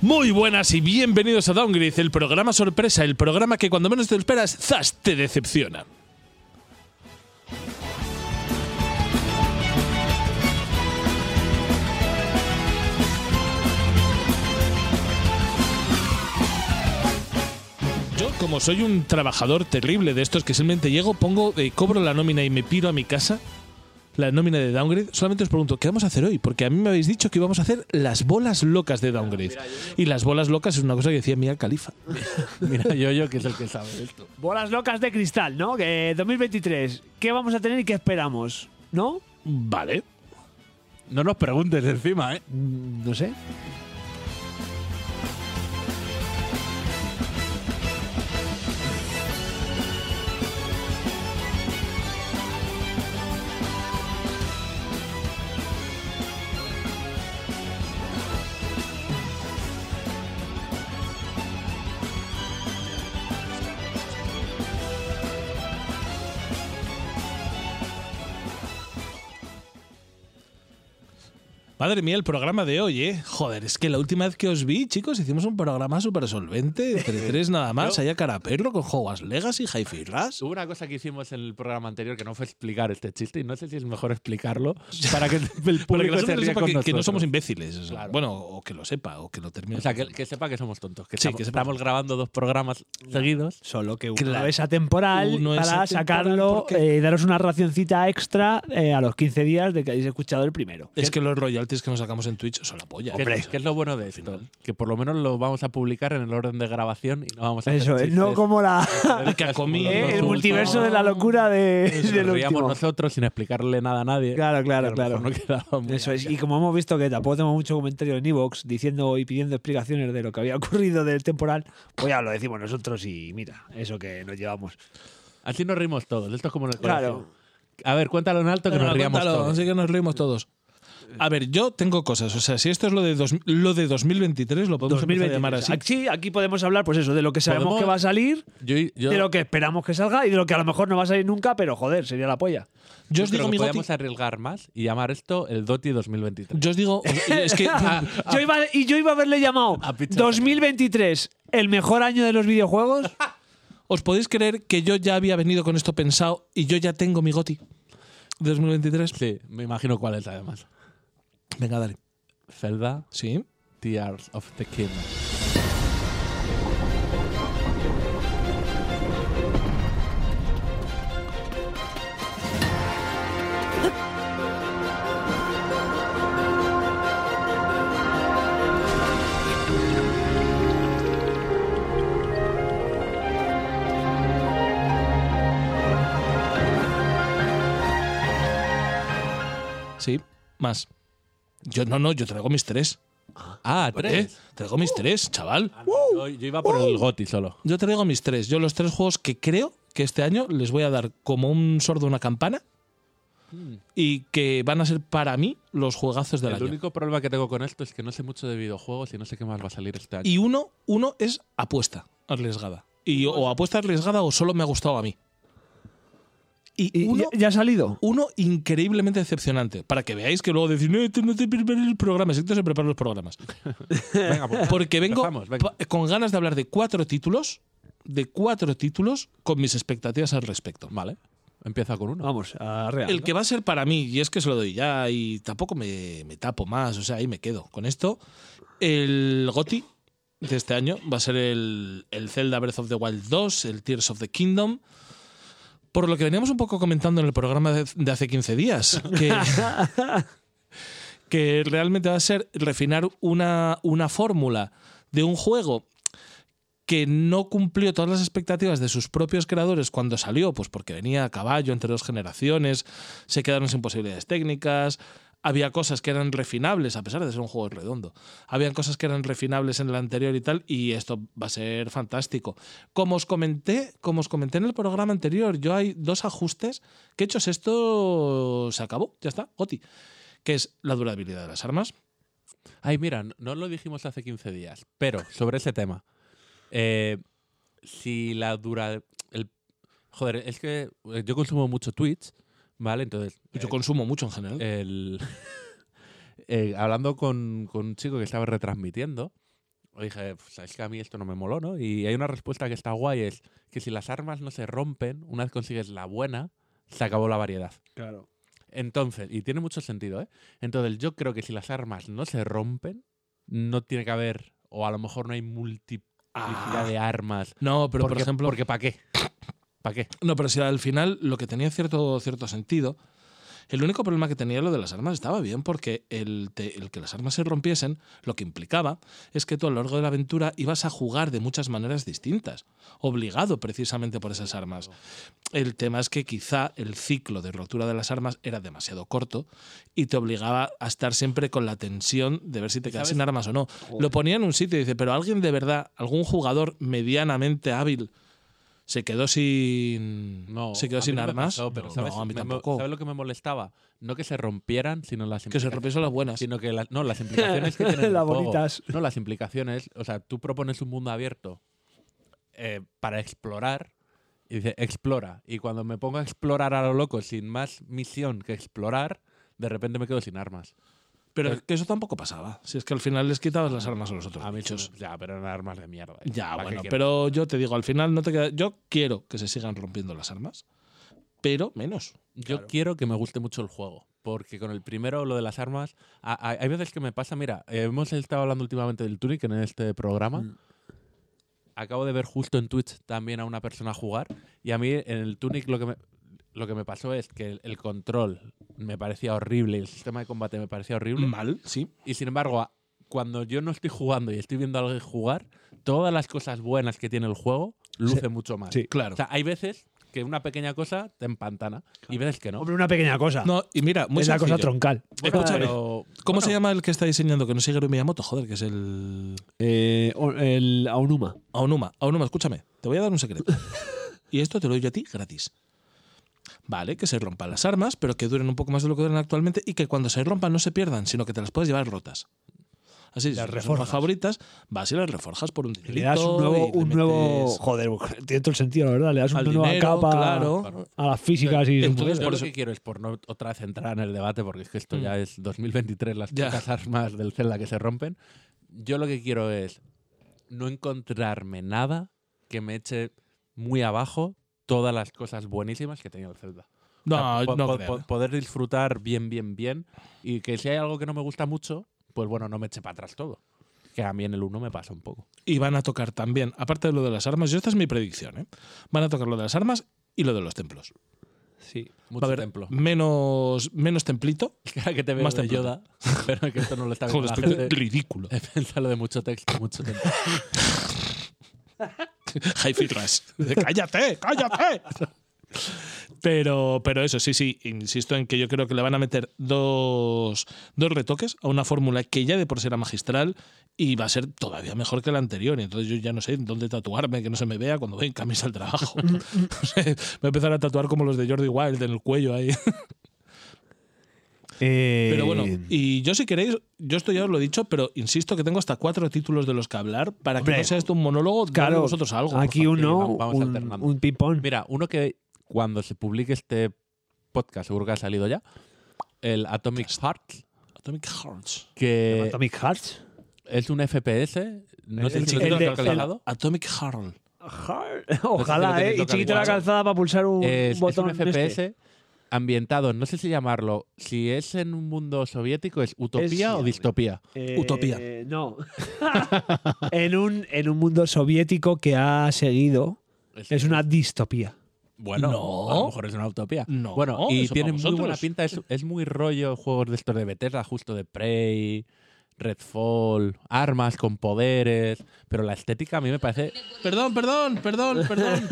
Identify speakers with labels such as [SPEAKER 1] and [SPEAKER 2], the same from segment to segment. [SPEAKER 1] Muy buenas y bienvenidos a Downgrade, el programa sorpresa, el programa que cuando menos te lo esperas, zas, te decepciona. Yo, como soy un trabajador terrible de estos que simplemente llego, pongo, eh, cobro la nómina y me piro a mi casa, la nómina de Downgrade, solamente os pregunto, ¿qué vamos a hacer hoy? Porque a mí me habéis dicho que íbamos a hacer las bolas locas de Downgrade. Y las bolas locas es una cosa que decía Mia Califa.
[SPEAKER 2] Mira, yo, yo, que es el que sabe de esto.
[SPEAKER 3] Bolas locas de cristal, ¿no? Que eh, 2023, ¿qué vamos a tener y qué esperamos? ¿No?
[SPEAKER 1] Vale.
[SPEAKER 2] No nos preguntes encima, ¿eh?
[SPEAKER 3] Mm, No sé.
[SPEAKER 1] Madre mía, el programa de hoy, ¿eh? Joder, es que la última vez que os vi, chicos, hicimos un programa súper solvente, entre tres nada más, allá cara a perro, con Hogwarts Legacy, Hi-Fi Rush.
[SPEAKER 2] Hubo una cosa que hicimos en el programa anterior que no fue explicar este chiste y no sé si es mejor explicarlo para que el
[SPEAKER 1] Para que la
[SPEAKER 2] público se
[SPEAKER 1] gente
[SPEAKER 2] ría
[SPEAKER 1] sepa
[SPEAKER 2] con
[SPEAKER 1] que, que no
[SPEAKER 2] nosotros.
[SPEAKER 1] somos imbéciles. o sea,
[SPEAKER 2] Claro.
[SPEAKER 1] Bueno, o que lo sepa, o que lo termine.
[SPEAKER 2] O sea, que, que sepa que somos tontos. Que,
[SPEAKER 1] Sí,
[SPEAKER 2] estamos,
[SPEAKER 1] que sepa.
[SPEAKER 2] estamos grabando dos programas seguidos.
[SPEAKER 4] Solo que
[SPEAKER 3] Una
[SPEAKER 1] Claro.
[SPEAKER 3] vez atemporal
[SPEAKER 1] Uno es
[SPEAKER 3] para
[SPEAKER 1] atemporal
[SPEAKER 3] sacarlo
[SPEAKER 1] porque-
[SPEAKER 3] eh, y daros una racioncita extra eh, a los 15 días de que hayáis escuchado el primero.
[SPEAKER 1] es que los royalties que nos sacamos en Twitch son la polla.
[SPEAKER 2] Que-
[SPEAKER 1] Hombre,
[SPEAKER 2] Que, es lo bueno de esto. Que por lo menos lo vamos a publicar en el orden de grabación y no vamos a hacer
[SPEAKER 3] Eso es,
[SPEAKER 2] chistes.
[SPEAKER 3] no como la,
[SPEAKER 1] El cacomí,
[SPEAKER 2] Los
[SPEAKER 3] el
[SPEAKER 2] últimos.
[SPEAKER 3] multiverso de la locura de,
[SPEAKER 2] Eso,
[SPEAKER 3] de
[SPEAKER 2] nos
[SPEAKER 3] lo
[SPEAKER 2] reíamos
[SPEAKER 3] último.
[SPEAKER 2] nosotros sin explicarle nada a nadie.
[SPEAKER 3] Claro,
[SPEAKER 2] Y a
[SPEAKER 3] claro,
[SPEAKER 2] lo
[SPEAKER 3] claro.
[SPEAKER 2] mejor no quedaba muy
[SPEAKER 3] Eso es. Y como hemos visto que tampoco tenemos mucho comentario en Evox diciendo y pidiendo explicaciones de lo que había ocurrido del temporal, pues ya lo decimos nosotros y mira, eso que nos llevamos.
[SPEAKER 2] Así nos rimos todos. Esto es como en el
[SPEAKER 3] Claro.
[SPEAKER 2] colegio. A ver, cuéntalo en alto que
[SPEAKER 1] Venga,
[SPEAKER 2] nos ríamos
[SPEAKER 1] cuéntalo,
[SPEAKER 2] todos.
[SPEAKER 1] Así que nos reímos todos. A ver, yo tengo cosas. O sea, si esto es lo de, dos- lo de 2023, lo podemos empezar a
[SPEAKER 3] 2023.
[SPEAKER 1] llamar así.
[SPEAKER 3] Aquí, aquí podemos hablar, pues eso, de lo que sabemos
[SPEAKER 2] Podemos-
[SPEAKER 3] que va a salir,
[SPEAKER 2] Yo, yo,
[SPEAKER 3] de lo que esperamos que salga y de lo que a lo mejor no va a salir nunca, pero joder, sería la polla.
[SPEAKER 1] Yo
[SPEAKER 2] yo
[SPEAKER 1] os digo
[SPEAKER 2] creo que
[SPEAKER 1] mi goti.
[SPEAKER 2] podemos arriesgar más y llamar esto el Doti 2023.
[SPEAKER 1] Yo os digo. Es que.
[SPEAKER 3] yo iba, y yo iba a haberle llamado
[SPEAKER 1] Ah,
[SPEAKER 2] A pichar.
[SPEAKER 3] 2023 el mejor año de los videojuegos.
[SPEAKER 1] ¿Os podéis creer que yo ya había venido con esto pensado y yo ya tengo mi goti? 2023.
[SPEAKER 2] Sí, me imagino cuál es además.
[SPEAKER 1] Venga, dale.
[SPEAKER 2] Zelda
[SPEAKER 1] Sí.
[SPEAKER 2] Tears of the Kingdom.
[SPEAKER 1] Sí. Más. Yo no, no, yo traigo mis tres.
[SPEAKER 2] Ah,
[SPEAKER 1] ¿Eh?
[SPEAKER 2] tres. Uh.
[SPEAKER 1] Traigo mis tres, chaval.
[SPEAKER 2] Yo, yo iba por el Goti solo.
[SPEAKER 1] Yo traigo mis tres. Yo los tres juegos que creo que este año les voy a dar como un sordo a una campana y que van a ser para mí los juegazos del
[SPEAKER 2] El
[SPEAKER 1] año.
[SPEAKER 2] único problema que tengo con esto es que no sé mucho de videojuegos y no sé qué más va a salir este año.
[SPEAKER 1] Y uno, uno es apuesta arriesgada. Y o apuesta arriesgada o solo me ha gustado a mí. Y
[SPEAKER 3] Y
[SPEAKER 1] uno,
[SPEAKER 3] ya, ya ha salido.
[SPEAKER 1] uno increíblemente decepcionante. Para que veáis que luego decís, no, este no te preparas el programa. Exacto, se preparan los programas.
[SPEAKER 2] Venga, pues,
[SPEAKER 1] Porque vengo
[SPEAKER 2] empezamos, venga.
[SPEAKER 1] pa- con ganas de hablar de cuatro títulos, de cuatro títulos con mis expectativas al respecto.
[SPEAKER 2] Vale, empieza con uno.
[SPEAKER 3] Vamos, a real.
[SPEAKER 1] El que va a ser para mí, y es que se lo doy ya, y tampoco me, me tapo más, o sea, ahí me quedo con esto. El GOTI de este año va a ser el, el Zelda Breath of the Wild 2, el Tears of the Kingdom. Por lo que veníamos un poco comentando en el programa de, de hace 15 días, que, que realmente va a ser refinar una, una fórmula de un juego que no cumplió todas las expectativas de sus propios creadores cuando salió, pues porque venía a caballo entre dos generaciones, se quedaron sin posibilidades técnicas, había cosas que eran refinables, a pesar de ser un juego redondo, habían cosas que eran refinables en el anterior y tal, y esto va a ser fantástico. Como os comenté, como os comenté en el programa anterior, yo hay dos ajustes que hechos esto se acabó, ya está, Goti, que es la durabilidad de las armas.
[SPEAKER 2] Ay, mira, no- no lo dijimos hace 15 días, pero sobre ese tema. eh, si la dura. El, joder, es que eh, yo consumo mucho Twitch, ¿vale? Entonces.
[SPEAKER 1] Yo
[SPEAKER 2] eh,
[SPEAKER 1] consumo mucho en general.
[SPEAKER 2] el- eh, hablando con, con un chico que estaba retransmitiendo, dije, "Pues, es que a mí esto no me moló, ¿no? Y hay una respuesta que está guay, es que si las armas no se rompen, una vez consigues la buena, se acabó la variedad.
[SPEAKER 3] Claro.
[SPEAKER 2] Entonces, y tiene mucho sentido, ¿eh? Entonces, yo creo que si las armas no se rompen, no tiene que haber, o a lo mejor no hay multiplicidad
[SPEAKER 1] Ah.
[SPEAKER 2] de armas.
[SPEAKER 1] No, pero por
[SPEAKER 2] Porque-
[SPEAKER 1] ejemplo.
[SPEAKER 2] Porque ¿para qué? ¿Para qué?
[SPEAKER 1] No, pero si al final lo que tenía cierto, cierto sentido, el único problema que tenía lo de las armas estaba bien porque el, te- el que las armas se rompiesen lo que implicaba es que tú a lo largo de la aventura ibas a jugar de muchas maneras distintas, obligado precisamente por esas armas. El tema es que quizá el ciclo de rotura de las armas era demasiado corto y te obligaba a estar siempre con la tensión de ver si te quedas
[SPEAKER 2] ¿Sabes?
[SPEAKER 1] sin armas o no. Lo ponía en un sitio y dice, pero alguien de verdad, algún jugador medianamente hábil, se quedó sin.
[SPEAKER 2] No.
[SPEAKER 1] se quedó
[SPEAKER 2] a mí
[SPEAKER 1] sin
[SPEAKER 2] no me
[SPEAKER 1] armas.
[SPEAKER 2] pasó, pero ¿sabes?
[SPEAKER 1] No, a mí
[SPEAKER 2] Me- me-
[SPEAKER 1] tampoco.
[SPEAKER 2] ¿Sabes lo que me molestaba? No que se rompieran, sino las
[SPEAKER 1] que se
[SPEAKER 2] implicaciones.
[SPEAKER 1] rompiesen las buenas.
[SPEAKER 2] Sino que las, no, las implicaciones que tienen.
[SPEAKER 3] Las
[SPEAKER 2] el juego.
[SPEAKER 3] bonitas.
[SPEAKER 2] No, las implicaciones. O sea, tú propones un mundo abierto eh, para explorar y dice explora. Y cuando me pongo a explorar a lo loco sin más misión que explorar, de repente me quedo sin armas.
[SPEAKER 1] Pero que eso tampoco pasaba. Si es que al final les quitabas las armas a los otros.
[SPEAKER 2] eh, A mí eso
[SPEAKER 1] bichos.
[SPEAKER 2] me- Ya, pero eran armas de mierda. ¿eh?
[SPEAKER 1] Ya,
[SPEAKER 2] ¿Para qué
[SPEAKER 1] bueno,
[SPEAKER 2] quiero?
[SPEAKER 1] pero yo te digo, al final no te queda. Yo quiero que se sigan rompiendo las armas, pero menos.
[SPEAKER 2] Yo quiero que me guste mucho el juego. Porque con el primero, lo de las armas, a- a- hay veces que me pasa, mira, eh, hemos estado hablando últimamente del Tunic en este programa.
[SPEAKER 3] Mm.
[SPEAKER 2] Acabo de ver justo en Twitch también a una persona jugar. Y a mí en el Tunic lo que me, lo que me pasó es que el, el control me parecía horrible, el sistema de combate me parecía horrible.
[SPEAKER 1] Mal, sí.
[SPEAKER 2] Y sin embargo, a- cuando yo no estoy jugando y estoy viendo a alguien jugar, todas las cosas buenas que tiene el juego lucen mucho más.
[SPEAKER 3] Sí.
[SPEAKER 1] Claro.
[SPEAKER 2] O sea, hay veces que una pequeña cosa te empantana y veces que no.
[SPEAKER 3] Hombre, una pequeña cosa.
[SPEAKER 1] no, y mira, muy
[SPEAKER 3] es la cosa
[SPEAKER 1] sencillo.
[SPEAKER 3] troncal.
[SPEAKER 2] Bueno,
[SPEAKER 1] Escúchame,
[SPEAKER 2] pero-
[SPEAKER 1] ¿Cómo se
[SPEAKER 2] bueno,
[SPEAKER 1] llama el que está diseñando que no sigue Miyamoto? Joder, que es el.
[SPEAKER 3] Eh, o- el Aonuma.
[SPEAKER 1] Aonuma, Aonuma, escúchame, te voy a dar un secreto. y esto te lo doy yo a ti gratis. Vale, que se rompan las armas, pero que duren un poco más de lo que duran actualmente y que cuando se rompan no se pierdan, sino que te las puedes llevar rotas. Así, si
[SPEAKER 3] Las
[SPEAKER 1] son tus
[SPEAKER 3] reforjas.
[SPEAKER 1] armas favoritas, vas y las reforjas por un dinerito.
[SPEAKER 3] Le das un nuevo,
[SPEAKER 1] y le
[SPEAKER 3] un nuevo.
[SPEAKER 1] metes
[SPEAKER 3] Joder, tiene todo el sentido, la verdad. Le das una
[SPEAKER 1] al
[SPEAKER 3] nueva
[SPEAKER 1] dinero,
[SPEAKER 3] capa
[SPEAKER 1] claro.
[SPEAKER 3] a las físicas y.
[SPEAKER 1] Entonces,
[SPEAKER 2] Yo
[SPEAKER 1] por
[SPEAKER 2] lo
[SPEAKER 1] eso-
[SPEAKER 2] que quiero es por no otra vez entrar en el debate, porque es que esto
[SPEAKER 1] Mm.
[SPEAKER 2] ya es 2023, las
[SPEAKER 1] Ya.
[SPEAKER 2] pocas armas del Zelda que se rompen. Yo lo que quiero es no encontrarme nada que me eche muy abajo todas las cosas buenísimas que tenía el Zelda. O sea,
[SPEAKER 1] No,
[SPEAKER 2] po-
[SPEAKER 1] no
[SPEAKER 2] po-
[SPEAKER 1] creo. ¿eh?
[SPEAKER 2] po- Poder disfrutar bien, bien, bien. Y que si hay algo que no me gusta mucho, pues bueno, no me eche para atrás todo. Que a mí en el 1 me pasa un poco.
[SPEAKER 1] Y van a tocar también, aparte de lo de las armas, yo esta es mi predicción, ¿eh? van a tocar lo de las armas y lo de los templos.
[SPEAKER 3] Sí.
[SPEAKER 1] Va
[SPEAKER 2] Mucho
[SPEAKER 1] a haber
[SPEAKER 2] templo.
[SPEAKER 1] menos, menos templito.
[SPEAKER 2] Es que ahora que te veo
[SPEAKER 1] Más
[SPEAKER 2] de
[SPEAKER 1] templete.
[SPEAKER 2] Yoda, pero que esto no lo está
[SPEAKER 1] Joder,
[SPEAKER 2] viendo la
[SPEAKER 1] estoy-
[SPEAKER 2] gente.
[SPEAKER 1] ridículo.
[SPEAKER 2] He pensado lo de mucho texto, mucho texto.
[SPEAKER 1] Hi-Fi Rush. ¡Cállate! ¡Cállate! Pero, pero eso, sí, sí, insisto en que yo creo que le van a meter dos, dos retoques a una fórmula que ya de por sí era magistral y va a ser todavía mejor que la anterior. Y entonces yo ya no sé dónde tatuarme, que no se me vea cuando voy en camisa al trabajo. No sé, me voy a empezar a tatuar como los de Jordi Wild en el cuello ahí.
[SPEAKER 3] Eh,
[SPEAKER 1] Pero bueno, y yo si queréis, yo esto ya os lo he dicho, pero insisto que tengo hasta cuatro títulos de los que hablar para
[SPEAKER 3] Hombre,
[SPEAKER 1] que no sea esto un monólogo, claro,
[SPEAKER 3] claro,
[SPEAKER 1] vosotros algo. por
[SPEAKER 3] Aquí
[SPEAKER 1] favor.
[SPEAKER 3] un
[SPEAKER 2] Sí,
[SPEAKER 3] no,
[SPEAKER 2] vamos- vamos
[SPEAKER 3] un,
[SPEAKER 2] alternando.
[SPEAKER 3] un ping-pong.
[SPEAKER 2] Mira, uno que cuando se publique este podcast, seguro que ha salido ya, el Atomic Heart,
[SPEAKER 1] Atomic Hearts.
[SPEAKER 2] que
[SPEAKER 3] Atomic Hearts.
[SPEAKER 2] es un FPS. No
[SPEAKER 3] El-
[SPEAKER 2] sé
[SPEAKER 3] el
[SPEAKER 2] si
[SPEAKER 3] chiquito-
[SPEAKER 2] lo tienes
[SPEAKER 3] el de-
[SPEAKER 2] localizado.
[SPEAKER 1] Atomic Heart.
[SPEAKER 2] lo
[SPEAKER 1] Este
[SPEAKER 3] Ojalá,
[SPEAKER 2] tenéis
[SPEAKER 3] ¿eh? Y chiquito la
[SPEAKER 2] localizado.
[SPEAKER 3] calzada para pulsar un
[SPEAKER 1] Eh,
[SPEAKER 2] Es, es
[SPEAKER 3] botón.
[SPEAKER 2] un FPS
[SPEAKER 3] este.
[SPEAKER 2] ambientado, no sé si llamarlo, si es en un mundo soviético, ¿es utopía o distopía?
[SPEAKER 3] Eh,
[SPEAKER 1] Utopía.
[SPEAKER 3] No. en, un, en un mundo soviético que ha seguido. Es una distopía.
[SPEAKER 2] Bueno,
[SPEAKER 1] No.
[SPEAKER 2] a lo mejor es una utopía.
[SPEAKER 1] No,
[SPEAKER 2] bueno, y
[SPEAKER 1] eso
[SPEAKER 2] tiene
[SPEAKER 1] para
[SPEAKER 2] muy buena
[SPEAKER 1] vosotros.
[SPEAKER 2] pinta. Es, es muy rollo juegos de estos de Bethesda, justo de Prey, Redfall, armas con poderes. Pero la estética a mí me parece.
[SPEAKER 1] Perdón, perdón, perdón, perdón.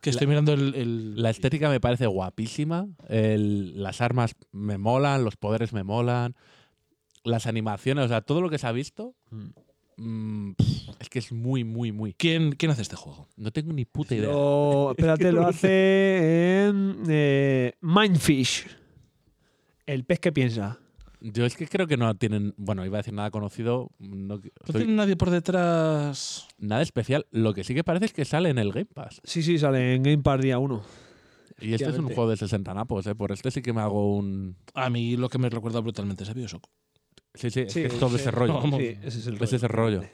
[SPEAKER 1] que estoy mirando el. el-
[SPEAKER 2] La estética me parece guapísima. El- las armas me molan, los poderes me molan. Las animaciones, o sea, todo lo que se ha visto.
[SPEAKER 1] Hmm.
[SPEAKER 2] mm, pff, es que es muy, muy, muy.
[SPEAKER 1] ¿Quién, ¿Quién hace este juego?
[SPEAKER 2] No tengo ni puta idea.
[SPEAKER 3] Lo, espérate, lo hace en eh, Mindfish. El pez que piensa.
[SPEAKER 2] Yo es que creo que no tienen. Bueno, iba a decir nada conocido. no-
[SPEAKER 1] ¿No
[SPEAKER 2] soy-
[SPEAKER 1] tiene nadie por detrás?
[SPEAKER 2] nada especial. Lo que sí que parece es que sale en el Game Pass.
[SPEAKER 3] Sí, sí, sale en Game Pass día 1.
[SPEAKER 2] Y este es un
[SPEAKER 3] Efectivamente.
[SPEAKER 2] juego de 60 napos, ¿eh? Por este sí que me hago un...
[SPEAKER 1] A mí lo que me recuerda brutalmente es a Bioshock.
[SPEAKER 2] Sí, sí, es
[SPEAKER 3] Sí,
[SPEAKER 2] que es todo
[SPEAKER 3] sí.
[SPEAKER 2] ese rollo.
[SPEAKER 1] No, vamos.
[SPEAKER 3] Sí, ese es el
[SPEAKER 2] Es ese rollo.
[SPEAKER 1] Pues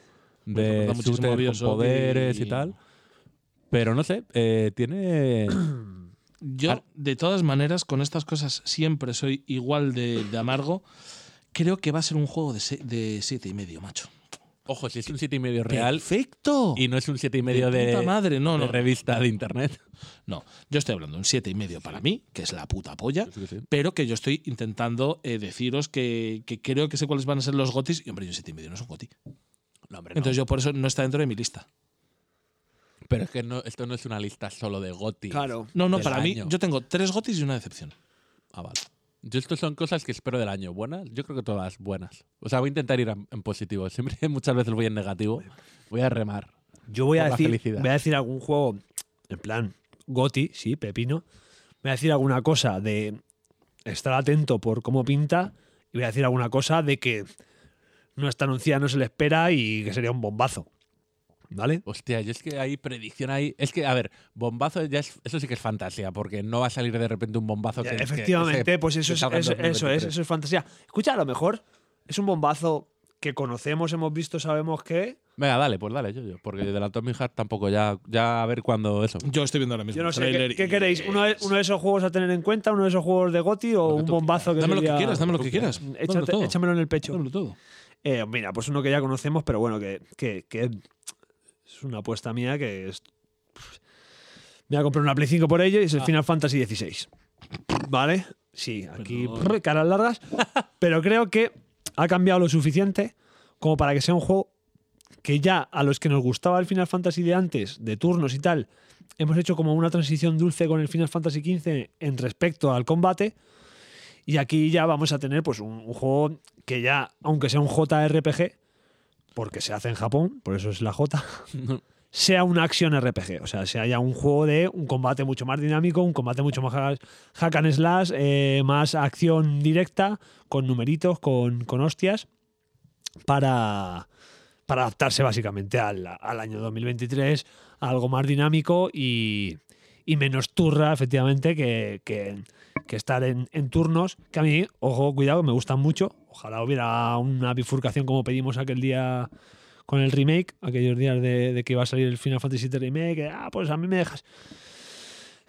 [SPEAKER 1] me
[SPEAKER 2] De
[SPEAKER 1] recuerda muchísimo
[SPEAKER 2] shooter
[SPEAKER 1] a
[SPEAKER 2] con
[SPEAKER 1] Bioshock
[SPEAKER 2] poderes y...
[SPEAKER 1] y
[SPEAKER 2] tal. Pero no sé, eh, tiene.
[SPEAKER 1] Yo,
[SPEAKER 2] Ar-
[SPEAKER 1] de todas maneras, con estas cosas siempre soy igual de, de amargo. Creo que va a ser un juego de, se- de siete y medio, macho.
[SPEAKER 2] Ojo, si es un siete y medio real
[SPEAKER 1] ¡Perfecto!
[SPEAKER 2] y no es un siete y medio
[SPEAKER 1] de
[SPEAKER 2] de,
[SPEAKER 1] puta madre, no,
[SPEAKER 2] de
[SPEAKER 1] no.
[SPEAKER 2] revista de internet.
[SPEAKER 1] No, yo estoy hablando de un siete y medio para mí, que es la puta polla, pero que yo estoy intentando eh, deciros que, que creo que sé cuáles van a ser los gotis. Y hombre, yo un siete y medio no es un goti.
[SPEAKER 2] No, hombre, no.
[SPEAKER 1] Entonces yo por eso no está dentro de mi lista.
[SPEAKER 2] Pero es que no- esto no es una lista solo de GOTI.
[SPEAKER 3] Claro.
[SPEAKER 1] No, no,
[SPEAKER 2] Del
[SPEAKER 1] para mí
[SPEAKER 2] año.
[SPEAKER 1] yo tengo tres gotis y una decepción.
[SPEAKER 2] Ah, vale. Yo estas son cosas que espero del año. ¿Buenas? Yo creo que todas buenas. O sea, voy a intentar ir a- en positivo. Siempre muchas veces voy en negativo. Voy a remar.
[SPEAKER 3] Yo voy a
[SPEAKER 2] Por la
[SPEAKER 3] decir,
[SPEAKER 2] felicidad.
[SPEAKER 3] voy a decir algún juego, en plan, Goti, sí, Pepino. Voy a decir alguna cosa de estar atento por cómo pinta y voy a decir alguna cosa de que no está anunciada, no se le espera y que sería un bombazo. ¿Vale?
[SPEAKER 2] Hostia, yo es que hay predicción ahí. Es que, a ver, bombazo ya es, eso sí que es fantasía, porque no va a salir de repente un bombazo que- que.
[SPEAKER 3] Efectivamente,
[SPEAKER 2] que-
[SPEAKER 3] pues eso
[SPEAKER 2] que
[SPEAKER 3] es,
[SPEAKER 2] salga en
[SPEAKER 3] eso, eso es,
[SPEAKER 2] 2023.
[SPEAKER 3] eso es fantasía. Escucha, a lo mejor es un bombazo que conocemos, hemos visto, sabemos que.
[SPEAKER 2] Venga, dale, pues dale, yo, yo. Porque de la Tommy Heart tampoco ya, ya a ver cuándo eso.
[SPEAKER 1] Yo estoy viendo ahora mismo.
[SPEAKER 3] Yo no
[SPEAKER 1] el
[SPEAKER 3] sé,
[SPEAKER 1] tráiler
[SPEAKER 3] ¿qué, qué
[SPEAKER 1] y-
[SPEAKER 3] queréis? ¿Uno de, uno de esos juegos a tener en cuenta? ¿Uno de esos juegos de Goti o
[SPEAKER 2] Lo que
[SPEAKER 3] un
[SPEAKER 2] tú
[SPEAKER 3] bombazo que
[SPEAKER 1] Dame lo que
[SPEAKER 3] sería-
[SPEAKER 1] quieras, dame lo que quieras.
[SPEAKER 3] Échate-
[SPEAKER 1] Dámelo todo.
[SPEAKER 3] échamelo en el pecho.
[SPEAKER 1] Dámelo todo.
[SPEAKER 3] Eh, mira, pues uno que ya conocemos, pero bueno, que, que- que es una apuesta mía que es. Me voy a comprar una Play 5 por ello y es el Final Fantasy XVI. ¿Vale? Sí, aquí
[SPEAKER 1] Pero-
[SPEAKER 3] prr, caras largas. Pero creo que ha cambiado lo suficiente como para que sea un juego que ya a los que nos gustaba el Final Fantasy de antes, de turnos y tal, hemos hecho como una transición dulce con el Final Fantasy XV en respecto al combate. Y aquí ya vamos a tener pues un, un juego que ya, aunque sea un JRPG, porque se hace en Japón, por eso es la J, sea un action RPG. O sea, sea ya un juego de un combate mucho más dinámico, un combate mucho más hack- hack and slash, eh, más acción directa, con numeritos, con, con hostias, para, para adaptarse básicamente al, al año 2023, a algo más dinámico y, y menos turra, efectivamente, que, que- que estar en, en turnos, que a mí, ojo, cuidado, me gustan mucho. Ojalá hubiera una bifurcación como pedimos aquel día con el remake, aquellos días de, de que iba a salir el Final Fantasy VII Remake, que, ah, pues a mí me dejas.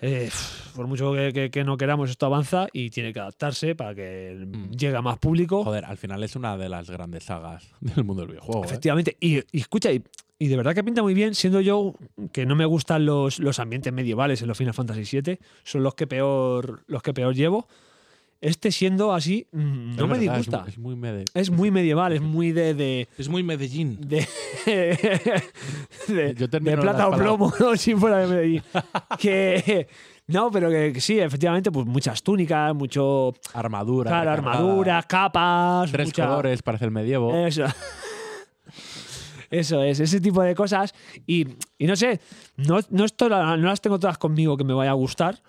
[SPEAKER 3] Eh, por mucho que, que- que no queramos, esto avanza y tiene que adaptarse para que llegue a más público.
[SPEAKER 2] Joder, al final es una de las grandes sagas del mundo del videojuego. ¿eh?
[SPEAKER 3] Efectivamente. Y, y escucha, y, y de verdad que pinta muy bien, siendo yo que no me gustan los, los ambientes medievales en los Final Fantasy VII, son los que peor, los que peor llevo. Este siendo así, mm,
[SPEAKER 2] Es
[SPEAKER 3] no me
[SPEAKER 2] verdad, es
[SPEAKER 3] disgusta.
[SPEAKER 2] mu- Es, muy mede.
[SPEAKER 3] Es muy medieval, es muy de. de
[SPEAKER 1] Es muy Medellín.
[SPEAKER 3] de, de-
[SPEAKER 2] Yo
[SPEAKER 3] de
[SPEAKER 2] termino las
[SPEAKER 3] plata o
[SPEAKER 2] palabras.
[SPEAKER 3] plomo, ¿no? si fuera de Medellín. que, no, pero que, que sí, efectivamente, pues muchas túnicas, mucho.
[SPEAKER 2] Armadura.
[SPEAKER 3] Claro,
[SPEAKER 2] recargada,
[SPEAKER 3] armaduras, capas.
[SPEAKER 2] Tres
[SPEAKER 3] mucha-
[SPEAKER 2] colores, parece el medievo.
[SPEAKER 3] eso. Eso es, ese tipo de cosas. Y, y no sé, no, no, esto la- no las tengo todas conmigo que me vaya a gustar,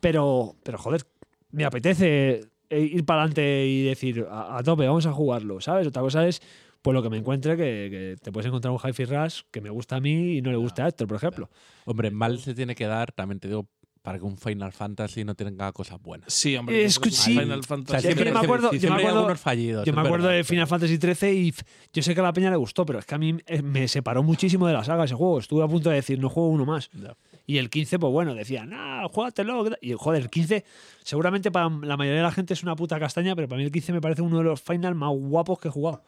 [SPEAKER 3] pero, pero joder, me apetece eh, ir para adelante y decir a, a tope, vamos a jugarlo, ¿sabes? Otra cosa es pues lo que me encuentre, que, que te puedes encontrar un Hi-Fi Rush que me gusta a mí y no le gusta a Héctor, por ejemplo.
[SPEAKER 2] Hombre, mal se tiene que dar, también te digo, para que un Final Fantasy no tenga cosas buenas.
[SPEAKER 1] Sí, hombre. yo creo que
[SPEAKER 3] Escu- sí.
[SPEAKER 1] Final
[SPEAKER 2] O sea,
[SPEAKER 1] Fantasy.
[SPEAKER 2] siempre,
[SPEAKER 3] yo me acuerdo- yo
[SPEAKER 2] siempre-
[SPEAKER 3] me
[SPEAKER 2] siempre hay
[SPEAKER 3] acuerdo-
[SPEAKER 2] algunos fallidos.
[SPEAKER 3] Yo me
[SPEAKER 2] es
[SPEAKER 3] acuerdo
[SPEAKER 2] verdad.
[SPEAKER 3] de Final Fantasy XIII y pf, yo sé que a la peña le gustó, pero es que a mí eh, me separó muchísimo de la saga ese juego. Estuve a punto de decir, no juego uno más.
[SPEAKER 2] Ya.
[SPEAKER 3] Y el 15, pues bueno, decían, ah, juégatelo. ¿qué tal?". Y joder, el 15, seguramente para la mayoría de la gente es una puta castaña, pero para mí el 15 me parece uno de los final más guapos que he jugado.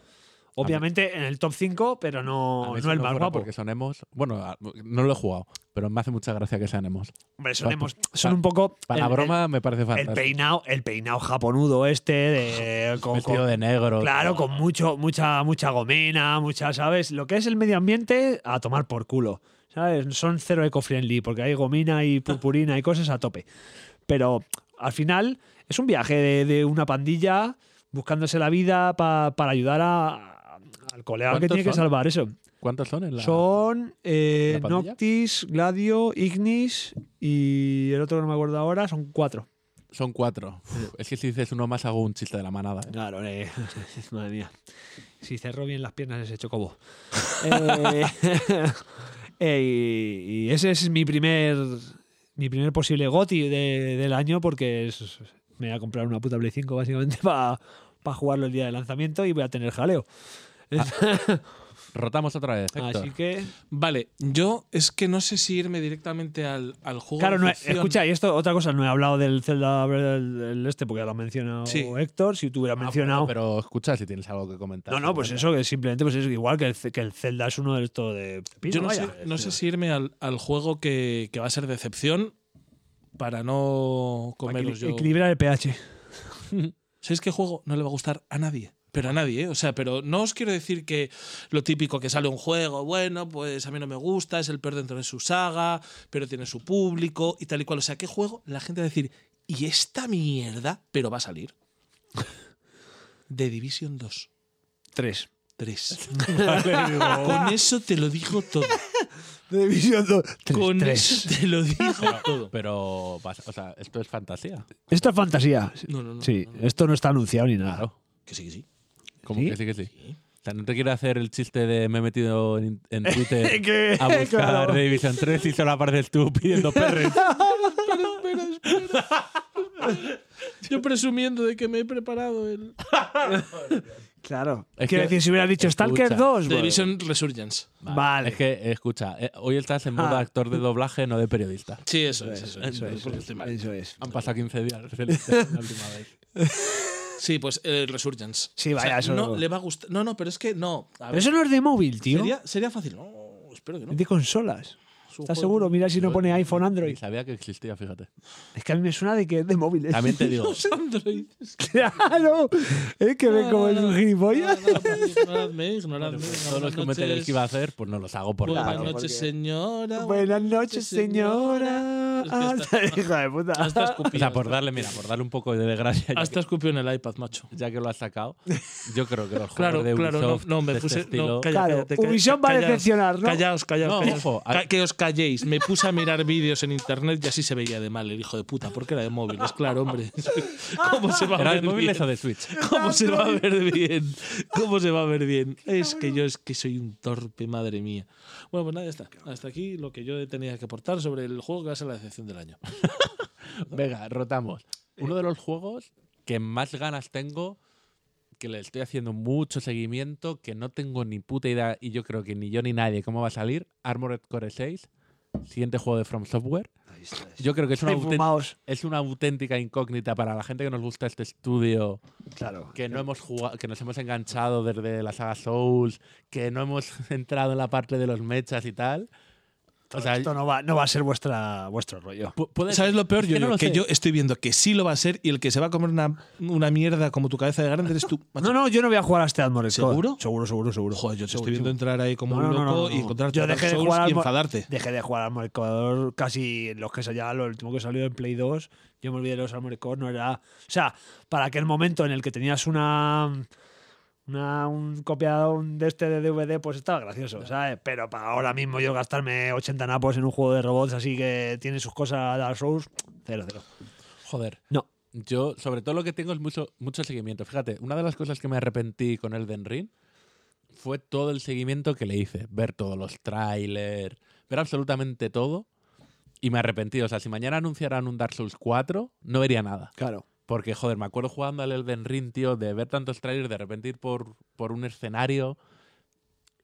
[SPEAKER 3] Obviamente en el top 5, pero
[SPEAKER 2] A
[SPEAKER 3] no,
[SPEAKER 2] mí si
[SPEAKER 3] no el más
[SPEAKER 2] fuera
[SPEAKER 3] guapo.
[SPEAKER 2] Porque son emos. Bueno, a- no lo he jugado, pero me hace mucha gracia que sean emos.
[SPEAKER 3] Hombre, son,
[SPEAKER 2] pa-
[SPEAKER 3] hemos-
[SPEAKER 2] pa-
[SPEAKER 3] son un poco.
[SPEAKER 2] Para
[SPEAKER 3] el-
[SPEAKER 2] la broma me parece
[SPEAKER 3] El, el
[SPEAKER 2] fantástico.
[SPEAKER 3] peinado, el peinado japonudo este, de, con,
[SPEAKER 2] Vestido
[SPEAKER 3] con-
[SPEAKER 2] de negro.
[SPEAKER 3] Claro, con mucho, mucha, mucha gomena, mucha, ¿sabes? Lo que es el medio ambiente, a tomar por culo. ¿Sabes? Son cero eco-friendly, porque hay gomina y purpurina y cosas a tope. Pero al final es un viaje de, de una pandilla buscándose la vida pa- para ayudar a- al colega que
[SPEAKER 2] ¿Cuántos
[SPEAKER 3] tiene que
[SPEAKER 2] son?
[SPEAKER 3] salvar eso.
[SPEAKER 2] ¿Cuántos son en la.?
[SPEAKER 3] Son eh,
[SPEAKER 2] la pandilla?
[SPEAKER 3] Noctis, Gladio, Ignis y el otro que no me acuerdo ahora, son cuatro.
[SPEAKER 2] Son cuatro. Uf, es que si dices uno más hago un chiste de la manada. ¿eh?
[SPEAKER 3] Claro, eh, madre mía. Si cerró bien las piernas ese chocobo. Eh, eh, y, y ese es mi primer mi primer posible goti de- del año porque es- me voy a comprar una puta Play 5 básicamente para para jugarlo el día de lanzamiento y voy a tener jaleo.
[SPEAKER 2] Rotamos otra vez. Héctor.
[SPEAKER 3] Así que.
[SPEAKER 1] Vale, yo es que no sé si irme directamente al, al juego.
[SPEAKER 3] Claro,
[SPEAKER 1] de
[SPEAKER 3] no, he-
[SPEAKER 1] acción.
[SPEAKER 3] escucha, y esto, otra cosa, no he hablado del Zelda del, del este porque ya lo ha mencionado
[SPEAKER 1] Sí.
[SPEAKER 3] Héctor, si tú hubieras
[SPEAKER 2] Ah,
[SPEAKER 3] mencionado.
[SPEAKER 2] bueno, pero escucha si tienes algo que comentar.
[SPEAKER 3] no, no, pues eso, que simplemente pues es igual que el, ce- que el Zelda es uno de estos de.
[SPEAKER 1] Yo no sé, no sé si irme al, al juego que, que va a ser decepción para no comeros yo.
[SPEAKER 3] Equilibrar el pH.
[SPEAKER 1] ¿Sabéis qué juego no le va a gustar a nadie? Pero a nadie, ¿eh? O sea, pero no os quiero decir que lo típico que sale un juego, bueno, pues a mí no me gusta, es el peor dentro de su saga, pero tiene su público y tal y cual. O sea, ¿qué juego la gente va a decir, y esta mierda, pero va a salir? The Division 2,
[SPEAKER 3] Tres.
[SPEAKER 1] 3. Con eso te lo digo todo.
[SPEAKER 3] De división 2.
[SPEAKER 1] Con eso te lo digo todo.
[SPEAKER 2] Pero, vas- o sea, esto es fantasía.
[SPEAKER 3] Esto es fantasía.
[SPEAKER 1] No, no, no.
[SPEAKER 3] Sí,
[SPEAKER 1] no, no.
[SPEAKER 3] esto no está anunciado ni nada.
[SPEAKER 2] Claro.
[SPEAKER 1] Que sí, que sí.
[SPEAKER 2] Como
[SPEAKER 3] ¿Sí?
[SPEAKER 2] que sí, que sí.
[SPEAKER 1] Sí.
[SPEAKER 2] O sea, no te quiero hacer el chiste de me he metido en, en Twitter
[SPEAKER 3] Que-
[SPEAKER 2] a buscar
[SPEAKER 3] claro.
[SPEAKER 2] The Division 3 y solo apareces tú pidiendo perres.
[SPEAKER 1] Yo presumiendo de que me he preparado el.
[SPEAKER 3] Claro.
[SPEAKER 2] Es
[SPEAKER 3] Quiero
[SPEAKER 2] que-
[SPEAKER 3] decir, si hubiera dicho
[SPEAKER 2] escucha,
[SPEAKER 3] Stalker 2,
[SPEAKER 1] The
[SPEAKER 3] bueno.
[SPEAKER 1] Division Resurgence.
[SPEAKER 3] Vale.
[SPEAKER 2] Es que, escucha, eh, hoy estás en modo
[SPEAKER 3] Ah.
[SPEAKER 2] actor de doblaje, no de periodista.
[SPEAKER 1] Sí, eso,
[SPEAKER 3] Eso
[SPEAKER 1] es.
[SPEAKER 3] es,
[SPEAKER 1] Eso,
[SPEAKER 3] eso
[SPEAKER 1] es,
[SPEAKER 3] es,
[SPEAKER 1] porque estoy mal.
[SPEAKER 3] eso es.
[SPEAKER 2] Han pasado 15 días desde la última vez.
[SPEAKER 1] Sí, pues eh, Resurgence.
[SPEAKER 3] Sí, vaya,
[SPEAKER 2] Ah,
[SPEAKER 3] eso-
[SPEAKER 1] No, le va a gustar. No, no, pero es que no. A
[SPEAKER 3] Pero
[SPEAKER 1] ver,
[SPEAKER 3] eso no es de móvil, tío.
[SPEAKER 1] sería, sería fácil. No, espero que no.
[SPEAKER 3] Es de consolas.
[SPEAKER 1] Es un
[SPEAKER 3] ¿Estás
[SPEAKER 1] juego-
[SPEAKER 3] seguro? Mira si no pone iPhone,
[SPEAKER 2] Ni
[SPEAKER 3] Android.
[SPEAKER 2] sabía que existía, fíjate.
[SPEAKER 3] Es que a mí me suena de que es de móviles.
[SPEAKER 2] También te digo,
[SPEAKER 1] Los Android.
[SPEAKER 3] claro. Es que ven como es un gilipollas.
[SPEAKER 1] No, no, no, ignoradme, ignoradme.
[SPEAKER 2] pues, todos los
[SPEAKER 1] Buenas
[SPEAKER 2] comentarios
[SPEAKER 1] noches.
[SPEAKER 2] que iba a hacer, pues no los hago por
[SPEAKER 1] Buenas
[SPEAKER 2] claro.
[SPEAKER 1] noches,
[SPEAKER 3] porque-
[SPEAKER 1] señora.
[SPEAKER 3] Buenas noches,
[SPEAKER 1] Sí, señora.
[SPEAKER 3] señora.
[SPEAKER 1] Es que
[SPEAKER 3] Ah, Hija de puta.
[SPEAKER 1] Hasta
[SPEAKER 2] O
[SPEAKER 1] escupido.
[SPEAKER 2] sea, por darle, mira, por darle un poco de desgracia, ya,
[SPEAKER 1] Hasta escupió Ah, en el iPad, macho.
[SPEAKER 2] que, ya que lo has sacado, yo creo que los juegos
[SPEAKER 1] Claro,
[SPEAKER 2] de
[SPEAKER 1] claro, no,
[SPEAKER 2] Ubisoft
[SPEAKER 1] no, me
[SPEAKER 2] de este
[SPEAKER 1] puse. no,
[SPEAKER 2] estilo-
[SPEAKER 1] calla,
[SPEAKER 3] Claro,
[SPEAKER 1] cállate, calla-
[SPEAKER 3] Ubisoft va a
[SPEAKER 1] callaos,
[SPEAKER 3] decepcionar, ¿no?
[SPEAKER 1] Callaos, callaos.
[SPEAKER 2] No,
[SPEAKER 1] callaos.
[SPEAKER 2] ojo,
[SPEAKER 1] Ca-
[SPEAKER 2] a-
[SPEAKER 1] que os calléis. Me puse a mirar vídeos en internet y así se veía de mal el hijo de puta, porque era de móviles, claro, hombre. ¿Cómo se va a
[SPEAKER 2] Ah, ¿Era de
[SPEAKER 1] ver bien?
[SPEAKER 2] móviles o de Switch?
[SPEAKER 1] ¿Cómo se va a ver bien? ¿Cómo se va a ver bien? Es que yo es que soy un torpe, madre mía. Bueno, pues nada, ya está. Hasta aquí lo que yo tenía que aportar sobre el juego que va a ser la decepción del año.
[SPEAKER 2] Venga, rotamos. Uno de los juegos que más ganas tengo, que le estoy haciendo mucho seguimiento, que no tengo ni puta idea, y yo creo que ni yo ni nadie cómo va a salir, Armored Core 6, siguiente juego de From Software. Yo creo que es una,
[SPEAKER 3] Ay,
[SPEAKER 2] auténtica-
[SPEAKER 3] fumaos.
[SPEAKER 2] es una auténtica incógnita para la gente que nos gusta este estudio,
[SPEAKER 3] Claro.
[SPEAKER 2] que no hemos jugado, que nos hemos enganchado desde la saga Souls, que no hemos entrado en la parte de los mechas y tal. O sea,
[SPEAKER 3] Esto no va, no va a ser vuestra, vuestro rollo.
[SPEAKER 2] pu- puede-
[SPEAKER 1] ¿Sabes lo peor?
[SPEAKER 2] es que
[SPEAKER 1] Yo,
[SPEAKER 2] no lo
[SPEAKER 1] que
[SPEAKER 2] sé.
[SPEAKER 1] yo estoy viendo que sí lo va a ser y el que se va a comer una, una mierda como tu cabeza de grande eres tú. macho.
[SPEAKER 3] No, no, yo no voy a jugar a este Admiral Core.
[SPEAKER 1] ¿Seguro?
[SPEAKER 3] Seguro, seguro, seguro.
[SPEAKER 1] Joder, yo te
[SPEAKER 3] Segurísimo.
[SPEAKER 1] estoy viendo entrar ahí como
[SPEAKER 3] No,
[SPEAKER 1] un loco
[SPEAKER 3] no, no, no,
[SPEAKER 1] y
[SPEAKER 3] no.
[SPEAKER 1] encontrarte
[SPEAKER 3] Yo dejé de
[SPEAKER 1] Souls
[SPEAKER 3] jugar al
[SPEAKER 1] y
[SPEAKER 3] mo-
[SPEAKER 1] enfadarte.
[SPEAKER 3] Dejé de jugar al Armored Core casi en los que salía lo último que salió en Play 2. Yo me olvidé de los Armored Core, no era. O sea, para aquel momento en el que tenías una. Una, un copiado un de este de DVD, pues estaba gracioso, ¿sabes? Pero para ahora mismo yo gastarme 80 napos en un juego de robots así que tiene sus cosas Dark Souls, cero, cero.
[SPEAKER 2] Joder.
[SPEAKER 3] No.
[SPEAKER 2] Yo, sobre todo, lo que tengo es mucho, mucho seguimiento. Fíjate, una de las cosas que me arrepentí con Elden Ring fue todo el seguimiento que le hice. Ver todos los trailers, ver absolutamente todo. Y me arrepentí. O sea, si mañana anunciaran un Dark Souls 4, no vería nada.
[SPEAKER 3] Claro.
[SPEAKER 2] Porque, joder, me acuerdo jugando al Elden Ring, tío, de ver tantos trailers, de repente ir por, por un escenario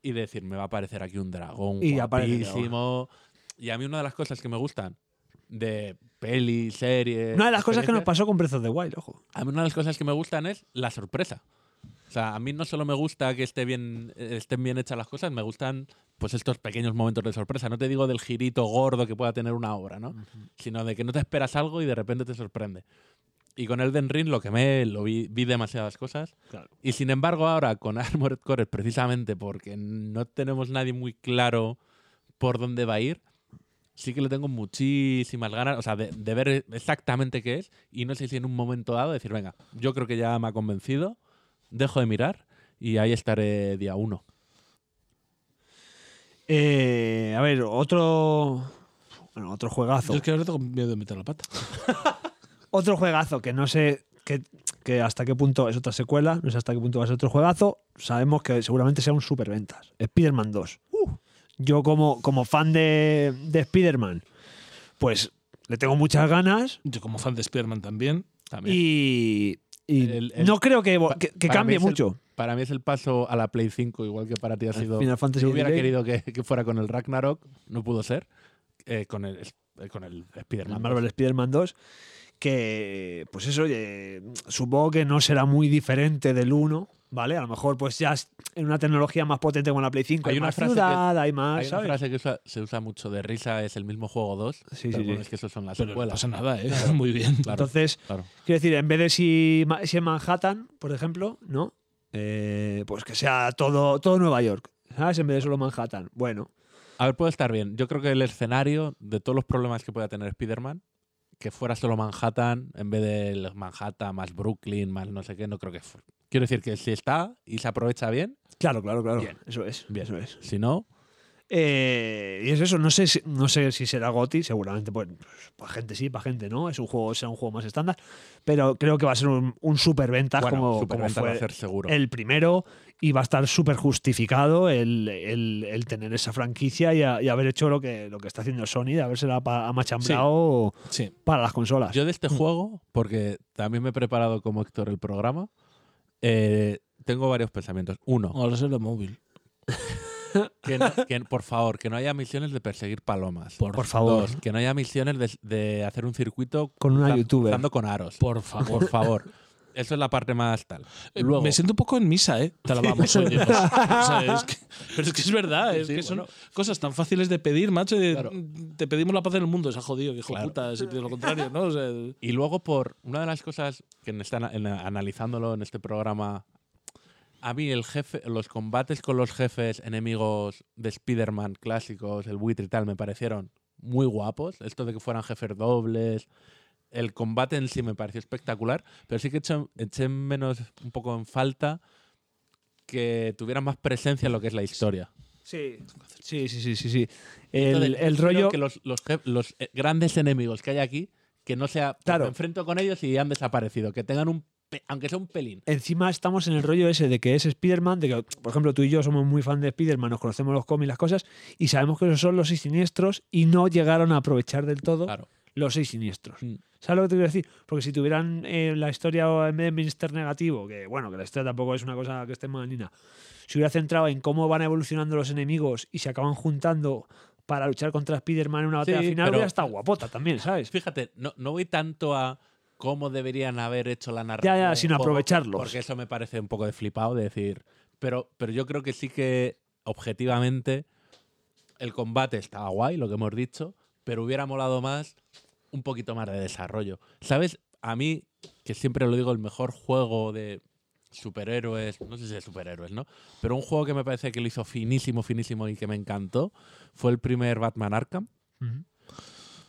[SPEAKER 2] y decir, me va a aparecer aquí un dragón
[SPEAKER 3] Y aparece el
[SPEAKER 2] guapísimo. Y a mí una de las cosas que me gustan de peli, series...
[SPEAKER 3] Una de las cosas que nos
[SPEAKER 2] experiencias,
[SPEAKER 3] pasó con Breath of the Wild, ojo.
[SPEAKER 2] a mí una de las cosas que me gustan es la sorpresa. O sea, a mí no solo me gusta que esté bien, eh, estén bien hechas las cosas, me gustan pues estos pequeños momentos de sorpresa. No te digo del girito gordo que pueda tener una obra, ¿no? Sino de que no te esperas algo y de repente te sorprende. Y con Elden Ring lo quemé, lo vi, vi demasiadas cosas.
[SPEAKER 3] Claro.
[SPEAKER 2] Y sin embargo ahora con Armored Core, precisamente porque no tenemos nadie muy claro por dónde va a ir, sí que le tengo muchísimas ganas, o sea, de, de ver exactamente qué es y no sé si en un momento dado decir, venga, yo creo que ya me ha convencido, dejo de mirar y ahí estaré día uno.
[SPEAKER 3] Eh, a ver, otro. Bueno, otro juegazo.
[SPEAKER 1] Yo es que ahora tengo miedo de meter la pata.
[SPEAKER 3] Otro juegazo que no sé que, que hasta qué punto es otra secuela, no sé hasta qué punto va a ser otro juegazo. Sabemos que seguramente sea un superventas. Spider-Man 2.
[SPEAKER 2] Uh.
[SPEAKER 3] Yo, como, como fan de, de Spider-Man, pues le tengo muchas ganas
[SPEAKER 1] Yo como fan de Spider-Man también.
[SPEAKER 2] También.
[SPEAKER 3] y, Y
[SPEAKER 2] El- el-
[SPEAKER 3] no creo que,
[SPEAKER 2] pa-
[SPEAKER 3] que- que
[SPEAKER 2] para
[SPEAKER 3] cambie
[SPEAKER 2] mí es el-
[SPEAKER 3] mucho.
[SPEAKER 2] Para mí es el paso a la Play 5, igual que para ti ha sido.
[SPEAKER 3] Final Fantasy
[SPEAKER 2] yo hubiera
[SPEAKER 3] Delay.
[SPEAKER 2] querido que, que fuera con el Ragnarok, no pudo ser. eh, con el, eh, con el Spider-Man.
[SPEAKER 3] El Marvel Spider-Man 2. Que, pues eso, eh, supongo que no será muy diferente del 1, ¿vale? A lo mejor, pues ya es- en una tecnología más potente como la Play 5, hay,
[SPEAKER 2] Hay una
[SPEAKER 3] más
[SPEAKER 2] frase
[SPEAKER 3] ciudad, hay más,
[SPEAKER 2] Hay una
[SPEAKER 3] ¿sabes?
[SPEAKER 2] frase que usa- se usa mucho de risa, es el mismo juego 2.
[SPEAKER 3] Sí,
[SPEAKER 2] pero
[SPEAKER 3] sí,
[SPEAKER 2] bueno,
[SPEAKER 3] sí.
[SPEAKER 2] es que esos son las
[SPEAKER 1] Pero no
[SPEAKER 2] secuelas.
[SPEAKER 1] pasa nada, ¿eh? Muy bien.
[SPEAKER 2] Claro,
[SPEAKER 3] Entonces,
[SPEAKER 2] claro.
[SPEAKER 3] quiero decir, en vez de si, ma- si en Manhattan, por ejemplo, ¿no? Eh, pues que sea todo, todo Nueva York, ¿sabes? En vez de solo Manhattan. Bueno,
[SPEAKER 2] A ver, puede estar bien. Yo creo que el escenario de todos los problemas que pueda tener Spider-Man, que fuera solo Manhattan, en vez de Manhattan más Brooklyn, más no sé qué, no creo que fuera. Quiero decir que si está y se aprovecha bien,
[SPEAKER 3] claro, claro, claro.
[SPEAKER 2] Bien.
[SPEAKER 3] Eso es.
[SPEAKER 2] Bien.
[SPEAKER 3] Eso es.
[SPEAKER 2] si no,
[SPEAKER 3] Eh, y es eso, no sé, si, no sé si será Goti, seguramente, pues, para gente sí, para gente no, es un juego, será un juego más estándar, pero creo que va a ser un, un superventas
[SPEAKER 2] bueno,
[SPEAKER 3] como,
[SPEAKER 2] superventa
[SPEAKER 3] como
[SPEAKER 2] va a
[SPEAKER 3] fue
[SPEAKER 2] ser seguro.
[SPEAKER 3] el primero y va a estar súper justificado el, el- el tener esa franquicia y, a- y haber hecho lo que, lo que está haciendo Sony, de habérsela pa- amachambrado
[SPEAKER 1] Sí.
[SPEAKER 3] para las consolas.
[SPEAKER 2] Yo de este juego, porque también me he preparado como Héctor el programa, eh, tengo varios pensamientos. Uno,
[SPEAKER 3] Oh.
[SPEAKER 1] Ahora será móvil.
[SPEAKER 2] que, no- que, por favor, que no haya misiones de perseguir palomas.
[SPEAKER 1] Por,
[SPEAKER 3] Por favor,
[SPEAKER 2] Dos, que no haya misiones de, de hacer un circuito
[SPEAKER 3] con una
[SPEAKER 2] cruzan-
[SPEAKER 3] Ah, youtuber.
[SPEAKER 2] cruzando con aros.
[SPEAKER 1] Por favor.
[SPEAKER 2] Por favor. Eso es la parte más tal.
[SPEAKER 1] Eh,
[SPEAKER 2] Luego,
[SPEAKER 1] Me siento un poco en misa, ¿eh? Te la vamos, oye, pues. O sea, es que- pero es que es verdad, es
[SPEAKER 2] Sí,
[SPEAKER 1] que son
[SPEAKER 2] bueno.
[SPEAKER 1] cosas tan fáciles de pedir, macho. y de-
[SPEAKER 2] Claro.
[SPEAKER 1] Te pedimos la paz en el mundo, se ha jodido, que hijo de
[SPEAKER 2] Claro.
[SPEAKER 1] puta, si pides lo contrario, ¿no? O sea,
[SPEAKER 2] y luego, por una de las cosas que están analizándolo en este programa, a mí el jefe, los combates con los jefes enemigos de Spider-Man clásicos, el buitre y tal, me parecieron muy guapos. Esto de que fueran jefes dobles. El combate en sí me pareció espectacular, pero sí que eché, eché menos un poco en falta que tuvieran más presencia en lo que es la historia.
[SPEAKER 3] Sí, sí, sí, sí, sí. sí. El,
[SPEAKER 2] Entonces,
[SPEAKER 3] el
[SPEAKER 2] yo creo
[SPEAKER 3] rollo...
[SPEAKER 2] Que los, los jef- los, eh, grandes enemigos que hay aquí, que no sea. pues,
[SPEAKER 3] Claro.
[SPEAKER 2] Me enfrento con ellos y han desaparecido. Que tengan un. pe- aunque sea un pelín.
[SPEAKER 3] Encima estamos en el rollo ese de que es Spider-Man, de que, por ejemplo, tú y yo somos muy fan de Spider-Man, nos conocemos los cómics, las cosas, y sabemos que esos son los seis siniestros y no llegaron a aprovechar del todo
[SPEAKER 2] Claro.
[SPEAKER 3] los seis siniestros.
[SPEAKER 2] Mm.
[SPEAKER 3] ¿Sabes lo que te quiero decir? Porque si tuvieran eh, la historia o en vez de Minister Negativo, que bueno, que la historia tampoco es una cosa que esté malina, se hubiera centrado en cómo van evolucionando los enemigos y se acaban juntando para luchar contra Spider-Man en una
[SPEAKER 2] Sí,
[SPEAKER 3] batalla final,
[SPEAKER 2] pero-
[SPEAKER 3] hubiera estado guapota también, ¿sabes?
[SPEAKER 2] pues Fíjate, no, no voy tanto a cómo deberían haber hecho la narrativa.
[SPEAKER 3] Ya, ya,
[SPEAKER 2] del
[SPEAKER 3] sino
[SPEAKER 2] juego,
[SPEAKER 3] aprovecharlos.
[SPEAKER 2] Porque eso me parece un poco de flipado de decir. Pero, pero yo creo que sí que, objetivamente, el combate estaba guay, lo que hemos dicho, pero hubiera molado más un poquito más de desarrollo. ¿Sabes? A mí, que siempre lo digo, el mejor juego de superhéroes, no sé si de superhéroes, ¿no? Pero un juego que me parece que lo hizo finísimo, finísimo y que me encantó fue el primer Batman Arkham.
[SPEAKER 3] Ujú.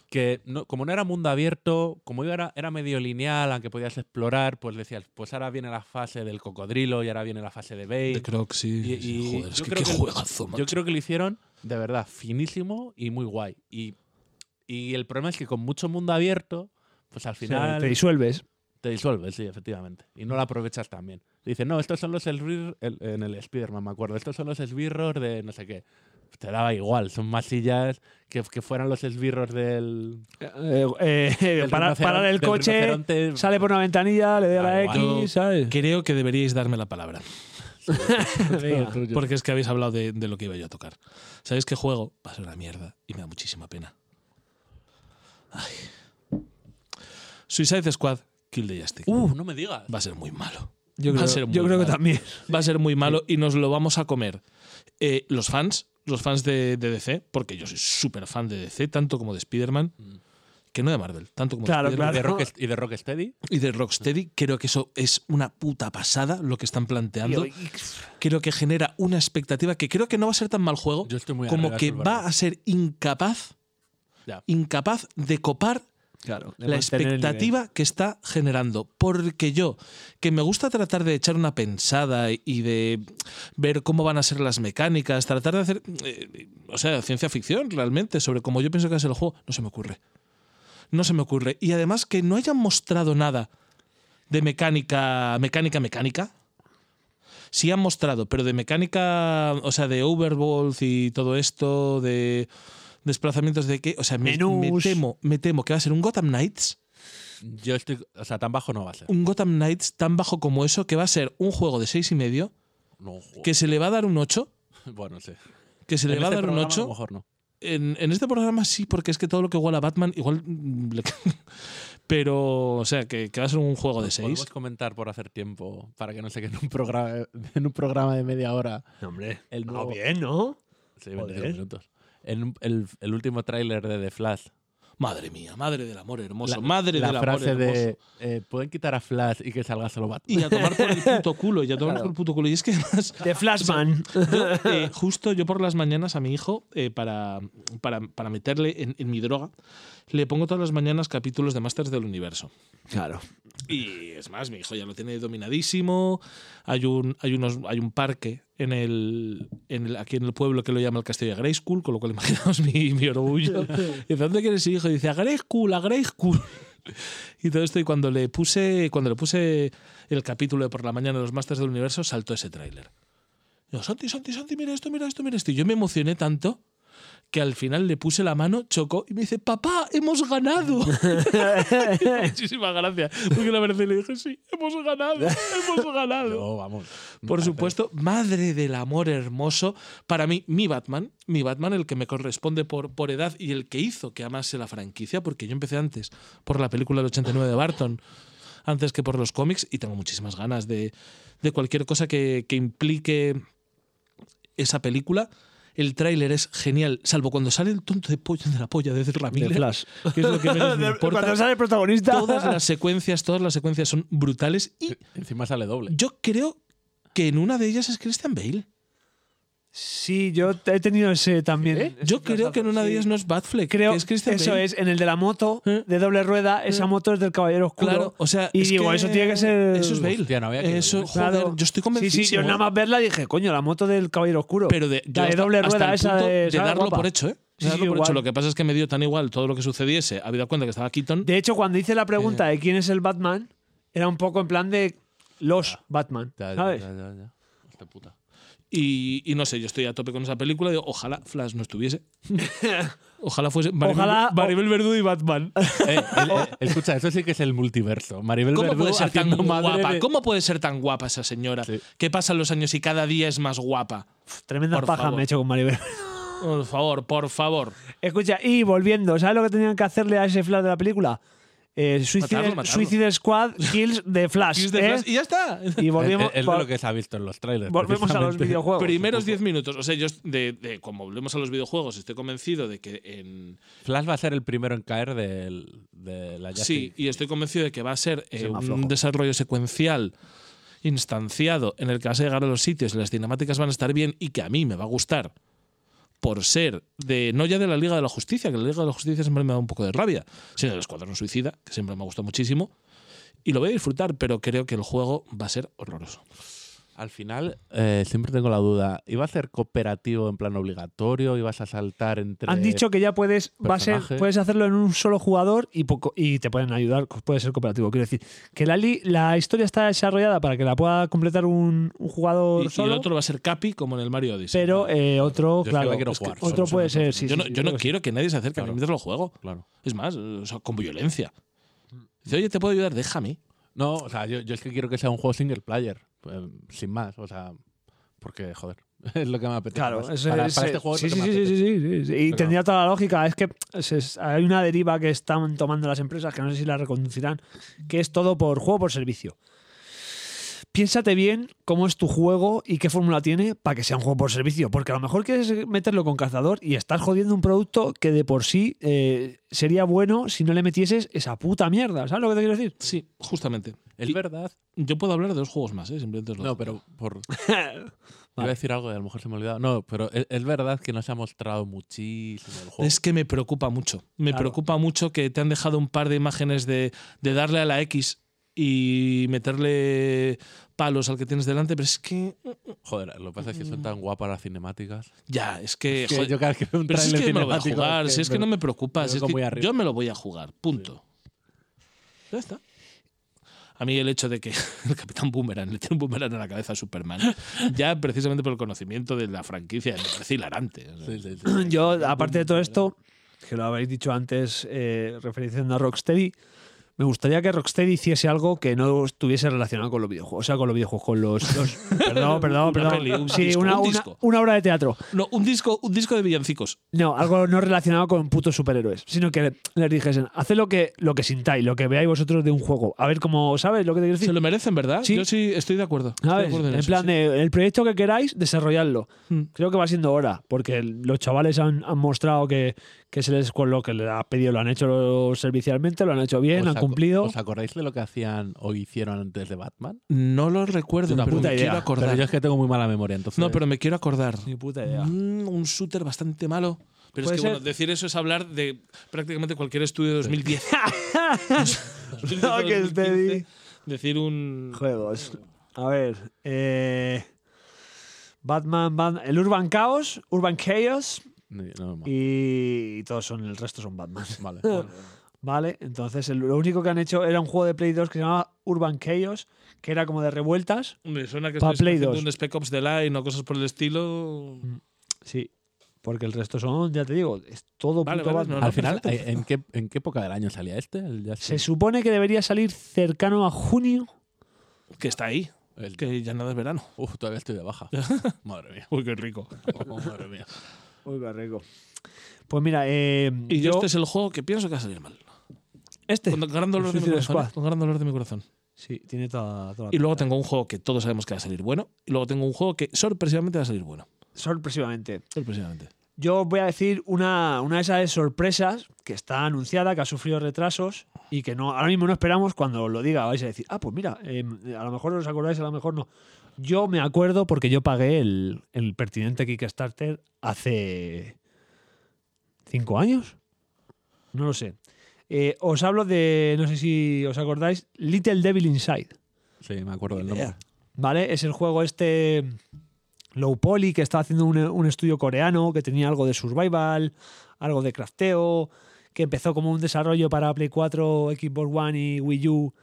[SPEAKER 2] Que no- como no era mundo abierto, como iba era, era medio lineal, aunque podías explorar, pues decías, pues ahora viene la fase del cocodrilo y ahora viene la fase de Bane.
[SPEAKER 1] de Croc, sí.
[SPEAKER 2] Y-
[SPEAKER 1] sí,
[SPEAKER 2] y
[SPEAKER 1] joder, es
[SPEAKER 2] yo
[SPEAKER 1] que
[SPEAKER 2] creo
[SPEAKER 1] qué
[SPEAKER 2] que-
[SPEAKER 1] juegazo, macho.
[SPEAKER 2] Yo creo que lo hicieron de verdad finísimo y muy guay. Y, y el problema es que con mucho mundo abierto, pues al final
[SPEAKER 3] te disuelves.
[SPEAKER 2] te disuelves, sí, efectivamente. Y no lo aprovechas tan bien. Dices, no, estos son los esbirros, el- en el Spider-Man me acuerdo, estos son los esbirros de no sé qué. Te daba igual, son más sillas que, que fueran los esbirros del...
[SPEAKER 3] Eh, eh,
[SPEAKER 2] del
[SPEAKER 3] para-
[SPEAKER 2] rinoceronte-
[SPEAKER 3] parar el
[SPEAKER 2] del
[SPEAKER 3] coche,
[SPEAKER 2] rinoceronte.
[SPEAKER 3] sale por una ventanilla, le doy a la
[SPEAKER 2] Ah,
[SPEAKER 3] X,
[SPEAKER 2] igual.
[SPEAKER 3] ¿sabes?
[SPEAKER 1] Creo que deberíais darme la palabra.
[SPEAKER 3] Venga.
[SPEAKER 1] Porque es que habéis hablado de, de lo que iba yo a tocar. ¿Sabéis qué juego? Va a ser una mierda y me da muchísima pena. Ay. Suicide Squad, Kill the Justice.
[SPEAKER 2] Uh, no me digas.
[SPEAKER 1] Va a ser muy malo.
[SPEAKER 3] Yo
[SPEAKER 1] Va a
[SPEAKER 3] creo,
[SPEAKER 1] ser
[SPEAKER 3] yo
[SPEAKER 1] muy
[SPEAKER 3] creo que
[SPEAKER 1] malo.
[SPEAKER 3] también.
[SPEAKER 1] Va a ser muy malo y nos lo vamos a comer. Eh, los fans, los fans de, de DC, porque yo soy súper fan de DC, tanto como de Spider-Man, que no de Marvel, tanto como
[SPEAKER 3] Claro,
[SPEAKER 1] de
[SPEAKER 2] ¿Y
[SPEAKER 1] Spider-Man.
[SPEAKER 2] de,
[SPEAKER 3] claro.
[SPEAKER 2] Rock, ¿Y de Rocksteady?
[SPEAKER 1] Y de Rocksteady, creo que eso es una puta pasada lo que están planteando. Creo que genera una expectativa que creo que no va a ser tan mal juego.
[SPEAKER 2] Yo estoy muy
[SPEAKER 1] como
[SPEAKER 2] arriba,
[SPEAKER 1] que
[SPEAKER 2] eso es
[SPEAKER 1] va
[SPEAKER 2] verdad.
[SPEAKER 1] a ser incapaz,
[SPEAKER 2] Ya.
[SPEAKER 1] incapaz de copar
[SPEAKER 3] Claro, de
[SPEAKER 1] la
[SPEAKER 3] mantener el
[SPEAKER 1] expectativa que está generando. Porque yo, que me gusta tratar de echar una pensada y de ver cómo van a ser las mecánicas, tratar de hacer, eh, o sea, ciencia ficción realmente, sobre cómo yo pienso que va a ser el juego, no se me ocurre. No se me ocurre. Y además que no hayan mostrado nada de mecánica, mecánica, mecánica. Sí han mostrado, pero de mecánica, o sea, de overballs y todo esto, de desplazamientos de qué, o sea, me, me
[SPEAKER 3] Menús.
[SPEAKER 1] temo, me temo que va a ser un Gotham Knights
[SPEAKER 2] Yo estoy. O sea, tan bajo no va a ser.
[SPEAKER 1] Un Gotham Knights tan bajo como eso que va a ser un juego de seis y medio
[SPEAKER 2] No, jo-
[SPEAKER 1] que se le va a dar un 8,
[SPEAKER 2] Bueno, sí.
[SPEAKER 1] que se le
[SPEAKER 2] En
[SPEAKER 1] va
[SPEAKER 2] este
[SPEAKER 1] a dar un
[SPEAKER 2] programa, A lo
[SPEAKER 1] 8.
[SPEAKER 2] mejor no.
[SPEAKER 1] En, en este programa sí, porque es que todo lo que huela a Batman igual... mm, le- Pero, o sea, que, que va a ser un juego de seis.
[SPEAKER 2] Podemos comentar por hacer tiempo para que no se quede en un programa, en un programa de media hora.
[SPEAKER 3] No, hombre.
[SPEAKER 2] El
[SPEAKER 3] No,
[SPEAKER 1] Ah,
[SPEAKER 2] nuevo-
[SPEAKER 3] bien, ¿no?
[SPEAKER 2] Sí,
[SPEAKER 3] Joder.
[SPEAKER 2] 25 minutos. En un- el, el último tráiler de The Flash.
[SPEAKER 1] Madre mía, madre del amor hermoso,
[SPEAKER 2] La-
[SPEAKER 1] madre
[SPEAKER 2] la
[SPEAKER 1] del
[SPEAKER 2] frase
[SPEAKER 1] amor hermoso.
[SPEAKER 2] de eh, pueden quitar a Flash y que salga solo Batman.
[SPEAKER 1] Y a tomar por el puto culo, y a tomar por el puto culo. Y es que además,
[SPEAKER 3] The Flashman.
[SPEAKER 1] yo, eh, justo yo por las mañanas a mi hijo, eh, para, para, para meterle en, en mi droga, le pongo todas las mañanas capítulos de Masters del Universo.
[SPEAKER 3] claro.
[SPEAKER 1] Y es más, mi hijo ya lo tiene dominadísimo. Hay un, hay unos, hay un parque en el, en el- aquí en el pueblo que lo llama el Castillo de Grey School, con lo cual imaginaos mi, mi orgullo. Y dice, ¿dónde quieres ir, hijo? Y dice, a Grey School, a Grey School. Y todo esto, y cuando le puse, cuando le puse el capítulo de por la mañana de los Masters del Universo, saltó ese tráiler. Yo, Santi, Santi, Santi, mira esto, mira esto, mira esto. Y yo me emocioné tanto que al final le puse la mano, chocó y me dice, papá, hemos ganado. Muchísimas gracias. Porque la verdad le dije, sí, hemos ganado, hemos ganado.
[SPEAKER 2] No, vamos.
[SPEAKER 1] Por
[SPEAKER 2] Parece-
[SPEAKER 1] supuesto, madre del amor hermoso, para mí, mi Batman, mi Batman, el que me corresponde por, por edad y el que hizo que amase la franquicia, porque yo empecé antes por la película del 89 de Barton, antes que por los cómics, y tengo muchísimas ganas de, de cualquier cosa que, que implique esa película. El tráiler es genial, salvo cuando sale el tonto de pollo de la polla de Ezra
[SPEAKER 3] The
[SPEAKER 1] Miller,
[SPEAKER 3] Flash.
[SPEAKER 1] que es lo que menos me importa
[SPEAKER 3] Cuando sale el protagonista.
[SPEAKER 1] todas las secuencias, todas las secuencias son brutales y
[SPEAKER 2] Encima sale doble.
[SPEAKER 1] yo creo que en una de ellas es Christian Bale.
[SPEAKER 3] Sí, yo he tenido ese también.
[SPEAKER 2] ¿Eh?
[SPEAKER 3] ese
[SPEAKER 1] Yo creo que en una de ellas
[SPEAKER 3] flashazo,
[SPEAKER 1] no es Batfleck,
[SPEAKER 3] sí. creo
[SPEAKER 1] que ¿Eh? es Christian
[SPEAKER 3] eso
[SPEAKER 1] Bale.
[SPEAKER 3] es en el de la moto
[SPEAKER 1] ¿Eh?
[SPEAKER 3] de doble rueda, esa moto es del Caballero Oscuro.
[SPEAKER 1] Claro, o sea,
[SPEAKER 3] y
[SPEAKER 1] es
[SPEAKER 3] digo,
[SPEAKER 1] que-
[SPEAKER 3] eso tiene que ser
[SPEAKER 1] eso es Bale.
[SPEAKER 2] Hostia, no había que-
[SPEAKER 1] eso, joder,
[SPEAKER 3] Claro.
[SPEAKER 1] yo estoy
[SPEAKER 3] Sí,
[SPEAKER 1] convencido.
[SPEAKER 3] sí, yo nada más verla dije, coño, la moto del Caballero Oscuro.
[SPEAKER 1] pero de, yo
[SPEAKER 3] la de
[SPEAKER 1] hasta-
[SPEAKER 3] doble
[SPEAKER 1] hasta
[SPEAKER 3] rueda
[SPEAKER 1] el
[SPEAKER 3] esa
[SPEAKER 1] punto
[SPEAKER 3] de,
[SPEAKER 1] de
[SPEAKER 3] ¿sabes?
[SPEAKER 1] darlo
[SPEAKER 3] Guapa.
[SPEAKER 1] por hecho, ¿eh? De
[SPEAKER 3] Sí, sí,
[SPEAKER 1] darlo por
[SPEAKER 3] igual.
[SPEAKER 1] hecho. Lo que pasa es que me dio tan igual todo lo que sucediese. Habida cuenta que estaba Keaton.
[SPEAKER 3] De hecho, cuando hice la pregunta de quién es el Batman, era un poco en plan de los Batman,
[SPEAKER 2] Ya, ya,
[SPEAKER 3] ¿sabes?
[SPEAKER 2] ya, ya, ya. Hostia puta.
[SPEAKER 1] Y, y no sé, yo estoy a tope con esa película. Digo, ojalá Flash no estuviese. ojalá fuese Maribel,
[SPEAKER 3] Ojalá-
[SPEAKER 1] Maribel Verdú y Batman.
[SPEAKER 2] Eh, el-
[SPEAKER 3] Oh.
[SPEAKER 2] el- escucha, eso sí que es el multiverso. Maribel
[SPEAKER 1] ¿Cómo
[SPEAKER 2] Verdú
[SPEAKER 1] puede ser tan
[SPEAKER 2] haciendo madre
[SPEAKER 1] guapa?
[SPEAKER 2] de- Eh,
[SPEAKER 1] ¿Cómo puede ser tan guapa esa señora?
[SPEAKER 2] Sí.
[SPEAKER 1] Que pasan los años y cada día es más guapa.
[SPEAKER 3] Pff, Tremenda
[SPEAKER 1] Por
[SPEAKER 3] paja
[SPEAKER 1] favor.
[SPEAKER 3] me he hecho con Maribel.
[SPEAKER 1] Por favor, por favor.
[SPEAKER 3] Escucha, y volviendo, ¿sabes lo que tenían que hacerle a ese Flash de la película? Eh, Suicide,
[SPEAKER 1] Matarlo, matarlo.
[SPEAKER 3] Suicide Squad Kills de Flash.
[SPEAKER 1] Kiss the
[SPEAKER 3] ¿eh?
[SPEAKER 1] Flash Y ya está.
[SPEAKER 3] Y volvemos,
[SPEAKER 2] Es, es de lo que se ha visto en los trailers.
[SPEAKER 3] volvemos a los
[SPEAKER 2] precisamente.
[SPEAKER 3] videojuegos.
[SPEAKER 1] Primeros 10 minutos. O sea, yo de, de- como volvemos a los videojuegos, estoy convencido de que en.
[SPEAKER 2] Flash va a ser el primero en caer del- de la
[SPEAKER 1] sí,
[SPEAKER 2] Justice
[SPEAKER 1] y estoy convencido de que va a ser eh,
[SPEAKER 3] llama
[SPEAKER 1] un
[SPEAKER 3] flojo.
[SPEAKER 1] desarrollo secuencial instanciado en el que vas a llegar a los sitios y las cinemáticas van a estar bien y que a mí me va a gustar por ser de no ya de la Liga de la Justicia, que la Liga de la Justicia siempre me da un poco de rabia, sino del Escuadrón Suicida, que siempre me ha gustado muchísimo. Y lo voy a disfrutar, pero creo que el juego va a ser horroroso.
[SPEAKER 2] Al final, eh, siempre tengo la duda. ¿Iba a ser cooperativo en plan obligatorio? ¿Ibas a saltar entre.?
[SPEAKER 3] Han dicho que ya puedes, va a ser,
[SPEAKER 2] personajes.
[SPEAKER 3] puedes hacerlo en un solo jugador y, poco, y te pueden ayudar, puede ser cooperativo. Quiero decir, que la, li- la historia está desarrollada para que la pueda completar un, un
[SPEAKER 1] Y,
[SPEAKER 3] jugador
[SPEAKER 1] y
[SPEAKER 3] solo,
[SPEAKER 1] el otro va a ser Capi, como en el Mario Odyssey.
[SPEAKER 3] pero eh, otro,
[SPEAKER 2] es que
[SPEAKER 3] claro,
[SPEAKER 2] la quiero
[SPEAKER 3] es que
[SPEAKER 2] jugar
[SPEAKER 3] otro
[SPEAKER 2] solo,
[SPEAKER 3] puede
[SPEAKER 2] solo,
[SPEAKER 3] ser, sí,
[SPEAKER 1] yo
[SPEAKER 3] sí,
[SPEAKER 1] no,
[SPEAKER 3] sí,
[SPEAKER 1] yo no
[SPEAKER 3] creo que sí.
[SPEAKER 1] quiero que nadie se acerque a
[SPEAKER 2] Claro.
[SPEAKER 1] mí mientras lo juego.
[SPEAKER 2] Claro.
[SPEAKER 1] Es más, o sea, con violencia. Dice, oye, ¿te puedo ayudar? Déjame.
[SPEAKER 2] No, o sea, yo, yo es que quiero que sea un juego single player. eh, sin más, o sea. Porque, joder, es lo que me apetece.
[SPEAKER 3] Claro,
[SPEAKER 2] más.
[SPEAKER 3] ese-
[SPEAKER 2] para, para
[SPEAKER 3] ese-
[SPEAKER 2] este juego es
[SPEAKER 3] sí,
[SPEAKER 2] lo
[SPEAKER 3] sí,
[SPEAKER 2] que me
[SPEAKER 3] sí, sí,
[SPEAKER 2] apetece.
[SPEAKER 3] sí, sí, sí. Y
[SPEAKER 2] Pero-
[SPEAKER 3] tendría toda la lógica. Es que se- se- hay una deriva que están tomando las empresas que no sé si la reconducirán, que es todo por juego por servicio. Piénsate bien cómo es tu juego y qué fórmula tiene para que sea un juego por servicio, porque a lo mejor quieres meterlo con cazador y estás jodiendo un producto que de por sí eh, sería bueno si no le metieses esa puta mierda, ¿sabes lo que te quiero decir?
[SPEAKER 1] Sí, justamente.
[SPEAKER 2] Es
[SPEAKER 1] Y
[SPEAKER 2] verdad.
[SPEAKER 1] yo puedo hablar de dos juegos más, ¿eh? simplemente os lo
[SPEAKER 2] No,
[SPEAKER 1] digo.
[SPEAKER 2] pero por. Iba a decir algo y a lo mejor se me ha olvidado. No, pero e-, es, es verdad que no se ha mostrado muchísimo el juego.
[SPEAKER 1] Es que me preocupa mucho. Me
[SPEAKER 3] Claro.
[SPEAKER 1] preocupa mucho que te han dejado un par de imágenes de, de darle a la X y meterle palos al que tienes delante, pero es que.
[SPEAKER 2] Joder, lo que pasa es que
[SPEAKER 1] Mm.
[SPEAKER 2] son tan guapas las cinemáticas.
[SPEAKER 1] Ya, es que.
[SPEAKER 2] Es que
[SPEAKER 1] joder,
[SPEAKER 2] yo cada vez que veo un
[SPEAKER 1] pero si es
[SPEAKER 2] tráiler
[SPEAKER 1] que me lo voy a
[SPEAKER 2] cinemático,
[SPEAKER 1] jugar, si es que
[SPEAKER 2] me-
[SPEAKER 1] no me preocupa,
[SPEAKER 2] me
[SPEAKER 1] si es
[SPEAKER 2] vengo
[SPEAKER 1] que
[SPEAKER 2] muy arriba.
[SPEAKER 1] yo me lo voy a jugar, punto. Ya está. A mí el hecho de que el Capitán Boomerang le tiene un boomerang en la cabeza a Superman, ya precisamente por el conocimiento de la franquicia, me parece hilarante. O sea,
[SPEAKER 2] Sí, sí, sí.
[SPEAKER 3] Yo, aparte de todo esto, que lo habéis dicho antes, eh, referenciando a Rocksteady, Me gustaría que Rocksteady hiciese algo que no estuviese relacionado con los videojuegos. O sea, con los videojuegos, con los. los- perdón, perdón,
[SPEAKER 1] Una
[SPEAKER 3] perdón.
[SPEAKER 1] peli, un
[SPEAKER 3] sí,
[SPEAKER 1] disco,
[SPEAKER 3] una,
[SPEAKER 1] un
[SPEAKER 3] una-
[SPEAKER 1] disco.
[SPEAKER 3] una obra de teatro.
[SPEAKER 1] No, un disco, un disco de villancicos.
[SPEAKER 3] No, algo no relacionado con putos superhéroes. Sino que les dijesen, haced lo que, lo que sintáis, lo que veáis vosotros de un juego. A ver cómo, ¿sabes lo que te quiero decir?
[SPEAKER 1] Se lo merecen, ¿verdad?
[SPEAKER 3] Sí.
[SPEAKER 1] Yo sí estoy de acuerdo. Estoy de
[SPEAKER 3] ¿Sabes?
[SPEAKER 1] acuerdo en
[SPEAKER 3] En,
[SPEAKER 1] eso,
[SPEAKER 3] plan,
[SPEAKER 1] sí.
[SPEAKER 3] de, el proyecto que queráis, desarrollarlo.
[SPEAKER 1] Mm.
[SPEAKER 3] Creo que va siendo hora, porque el- los chavales han, han mostrado que, que se les con lo que le ha pedido, lo han hecho servicialmente, lo han hecho bien,
[SPEAKER 2] ¿Os
[SPEAKER 3] han
[SPEAKER 2] aco-
[SPEAKER 3] cumplido.
[SPEAKER 2] ¿Os acordáis de lo que hacían o hicieron antes de Batman?
[SPEAKER 1] No lo recuerdo,
[SPEAKER 3] Una
[SPEAKER 1] pero
[SPEAKER 3] puta
[SPEAKER 1] me
[SPEAKER 3] idea.
[SPEAKER 1] quiero acordar.
[SPEAKER 2] Pero yo es que tengo muy mala memoria, entonces.
[SPEAKER 1] No, pero me quiero acordar.
[SPEAKER 3] Ni eh. puta
[SPEAKER 1] Mm, un shooter bastante malo. Pero es
[SPEAKER 3] Puede
[SPEAKER 1] que,
[SPEAKER 3] ser.
[SPEAKER 1] bueno, decir eso es hablar de prácticamente cualquier estudio de 2010.
[SPEAKER 3] No, que es Teddy.
[SPEAKER 1] Decir un.
[SPEAKER 3] Juegos. A ver. eh, Batman, Bat- el Urban Chaos, Urban Chaos
[SPEAKER 2] Ni- no, no.
[SPEAKER 3] y todos son, el resto son Batman.
[SPEAKER 2] Vale. bueno.
[SPEAKER 3] Vale, entonces el- lo único que han hecho era un juego de Play 2 que se llamaba Urban Chaos, que era como de revueltas.
[SPEAKER 1] Me suena que
[SPEAKER 3] Pa'
[SPEAKER 1] estoy
[SPEAKER 3] Play
[SPEAKER 1] haciendo
[SPEAKER 3] 2.
[SPEAKER 1] un Spec Ops de Line o cosas por el estilo.
[SPEAKER 3] Sí, porque el resto son, ya te digo, es todo
[SPEAKER 1] Vale,
[SPEAKER 3] puto
[SPEAKER 1] vale,
[SPEAKER 3] Batman.
[SPEAKER 1] no, no.
[SPEAKER 2] Al final, eh,
[SPEAKER 1] perfecto.
[SPEAKER 2] ¿en qué, ¿en qué época del año salía este? El,
[SPEAKER 3] Se supone que debería salir cercano a junio.
[SPEAKER 1] Que está ahí.
[SPEAKER 2] el-
[SPEAKER 1] Que ya nada es verano.
[SPEAKER 2] Uf, todavía estoy de baja. madre mía.
[SPEAKER 1] Uy, qué rico.
[SPEAKER 2] Oh, madre mía.
[SPEAKER 3] Uy, qué rico. Pues mira, eh,
[SPEAKER 1] Y yo,
[SPEAKER 3] yo,
[SPEAKER 1] este es el juego que pienso que va a salir mal.
[SPEAKER 3] este.
[SPEAKER 1] Con gran dolor de mi
[SPEAKER 3] Suicide
[SPEAKER 1] corazón.
[SPEAKER 3] Squad.
[SPEAKER 1] ¿eh? Con gran dolor de mi corazón.
[SPEAKER 3] Sí, tiene toda, toda la
[SPEAKER 1] Y luego
[SPEAKER 3] pinta.
[SPEAKER 1] tengo un juego que todos sabemos que va a salir bueno. Y luego tengo un juego que sorpresivamente va a salir bueno.
[SPEAKER 3] sorpresivamente.
[SPEAKER 1] Sorpresivamente.
[SPEAKER 3] Yo os voy a decir una, una de esas sorpresas que está anunciada, que ha sufrido retrasos y que no ahora mismo no esperamos. Cuando os lo diga vais a decir, ah, pues mira, eh, a lo mejor os acordáis, a lo mejor no. Yo me acuerdo porque yo pagué el, el pertinente Kickstarter hace cinco años. No lo sé. Eh, os hablo de, no sé si os acordáis, Little Devil Inside.
[SPEAKER 2] Sí, me acuerdo del nombre.
[SPEAKER 3] Yeah. ¿Vale? Es el juego este Low Poly que está haciendo un, un estudio coreano que tenía algo de survival, algo de crafteo, que empezó como un desarrollo para Play 4, Xbox One y Wii U.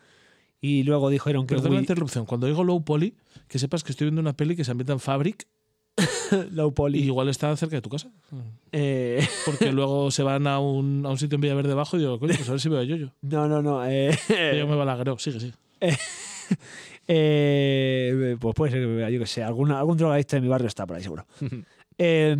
[SPEAKER 3] Y luego dijeron que
[SPEAKER 1] Perdón la
[SPEAKER 3] Wii-
[SPEAKER 1] interrupción. Cuando digo low poly, que sepas que estoy viendo una peli que se ambienta en Fabric
[SPEAKER 3] Low
[SPEAKER 1] y
[SPEAKER 3] Poly.
[SPEAKER 1] igual está cerca de tu casa.
[SPEAKER 3] eh,
[SPEAKER 1] Porque luego se van a un, a un sitio en Villaverde abajo y digo, coño, pues a ver si veo a Yoyo.
[SPEAKER 3] no, no, no. eh,
[SPEAKER 1] Y Yo me balagueró. Sigue, sigue.
[SPEAKER 3] Eh, pues puede ser que vea, yo que sé, alguna, algún drogadicto de mi barrio está por ahí, seguro. Eh,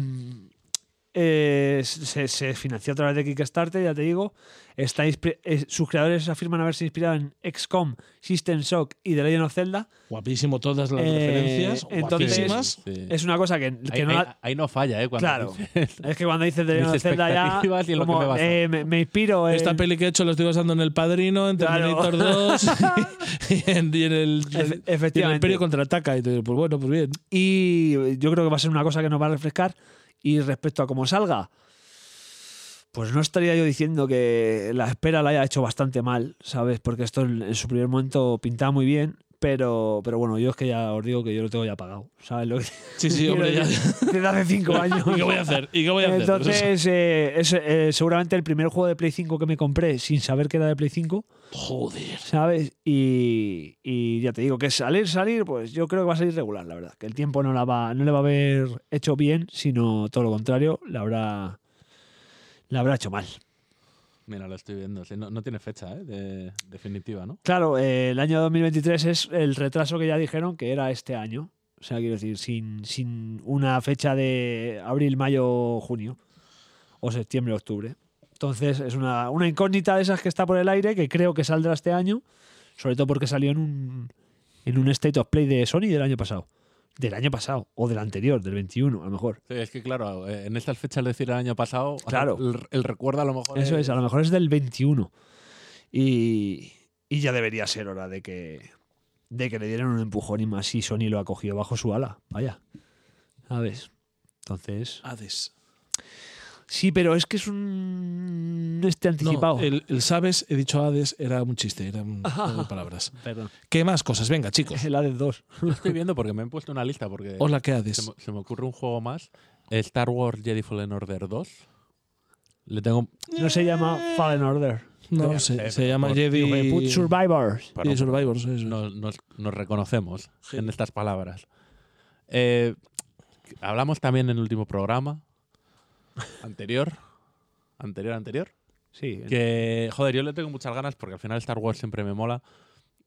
[SPEAKER 3] eh, se, se financió a través de Kickstarter, ya te digo. Está inspi- eh, sus creadores afirman haberse inspirado en XCOM, System Shock y The Legend of Zelda.
[SPEAKER 1] Guapísimo todas las
[SPEAKER 3] Eh,
[SPEAKER 1] referencias.
[SPEAKER 3] entonces-
[SPEAKER 1] Guapísimas.
[SPEAKER 2] Sí.
[SPEAKER 3] Es una cosa que, que
[SPEAKER 2] ahí,
[SPEAKER 3] no
[SPEAKER 2] ahí-
[SPEAKER 3] la-
[SPEAKER 2] ahí no falla, ¿eh? Cuando
[SPEAKER 3] Claro.
[SPEAKER 2] dices-
[SPEAKER 3] Es que cuando dices The Legend of
[SPEAKER 2] mis
[SPEAKER 3] Zelda ya.
[SPEAKER 2] expectativas y en lo que
[SPEAKER 3] como,
[SPEAKER 2] me baso.
[SPEAKER 3] eh, me, me inspiro en.
[SPEAKER 1] Esta peli que he hecho la estoy basando en El Padrino, en
[SPEAKER 3] Claro.
[SPEAKER 1] Terminator 2 y en, y en el, y en
[SPEAKER 3] Efe-
[SPEAKER 1] el
[SPEAKER 3] efectivamente.
[SPEAKER 1] Imperio Contraataca. Y te digo, pues bueno, pues bien.
[SPEAKER 3] Y yo creo que va a ser una cosa que nos va a refrescar. Y respecto a cómo salga, pues no estaría yo diciendo que la espera la haya hecho bastante mal, ¿sabes? Porque esto en en su primer momento pintaba muy bien. Pero, pero bueno, yo es que ya os digo que yo lo tengo ya pagado. ¿Sabes lo que
[SPEAKER 1] Sí, sí, hombre, ya.
[SPEAKER 3] Desde hace cinco años.
[SPEAKER 1] ¿Y qué voy a hacer? ¿Y qué voy a hacer? Pues
[SPEAKER 3] Entonces, eh, es, eh, seguramente el primer juego de Play 5 que me compré sin saber que era de Play 5,
[SPEAKER 1] Joder.
[SPEAKER 3] ¿sabes? Y, y ya te digo que salir, salir, pues yo creo que va a salir regular, la verdad. Que el tiempo no, la va, no le va a haber hecho bien, sino todo lo contrario, la habrá, la habrá hecho mal.
[SPEAKER 2] Mira, lo estoy viendo. sí, no, no tiene fecha, ¿eh? De, definitiva, ¿no?
[SPEAKER 3] Claro, eh, el año 2023 es el retraso que ya dijeron que era este año. O sea, quiero decir, sin, sin una fecha de abril, mayo, junio. O septiembre, octubre. Entonces, es una, una incógnita de esas que está por el aire, que creo que saldrá este año. Sobre todo porque salió en un, en un State of Play de Sony del año pasado. Del año pasado, o del anterior, del 21, a lo mejor.
[SPEAKER 2] Sí, es que claro, eh, en estas fechas decir el año pasado,
[SPEAKER 3] Claro.
[SPEAKER 2] el, el recuerdo a lo mejor.
[SPEAKER 3] Eso es, a lo mejor es del 21. Y, y ya debería ser hora de que, de que le dieran un empujón y más si Sony lo ha cogido bajo su ala. Vaya. ¿Sabes? Entonces.
[SPEAKER 1] Hades.
[SPEAKER 3] Sí, pero es que es un. Este
[SPEAKER 1] No,
[SPEAKER 3] anticipado.
[SPEAKER 1] el, el sabes, he dicho Hades, era un chiste, era un juego de palabras.
[SPEAKER 3] Perdón.
[SPEAKER 1] ¿Qué más cosas? Venga, chicos.
[SPEAKER 3] Es el Hades 2.
[SPEAKER 2] Lo estoy viendo porque me han puesto una lista porque
[SPEAKER 1] Hola, ¿qué
[SPEAKER 2] se,
[SPEAKER 1] Hades?
[SPEAKER 2] me, se me ocurre un juego más. Star Wars Jedi Fallen Order 2. Le tengo...
[SPEAKER 3] No se llama Fallen Order.
[SPEAKER 1] No, se, se llama
[SPEAKER 2] Por-
[SPEAKER 1] Jedi
[SPEAKER 3] Hijo de put- Survivors.
[SPEAKER 1] Jedi Survivors. eso.
[SPEAKER 2] Nos, nos- nos reconocemos
[SPEAKER 1] Sí.
[SPEAKER 2] en estas palabras. Eh, hablamos también en el último programa. Anterior. Anterior, anterior.
[SPEAKER 3] Sí,
[SPEAKER 2] Que, joder, yo le tengo muchas ganas porque al final Star Wars siempre me mola.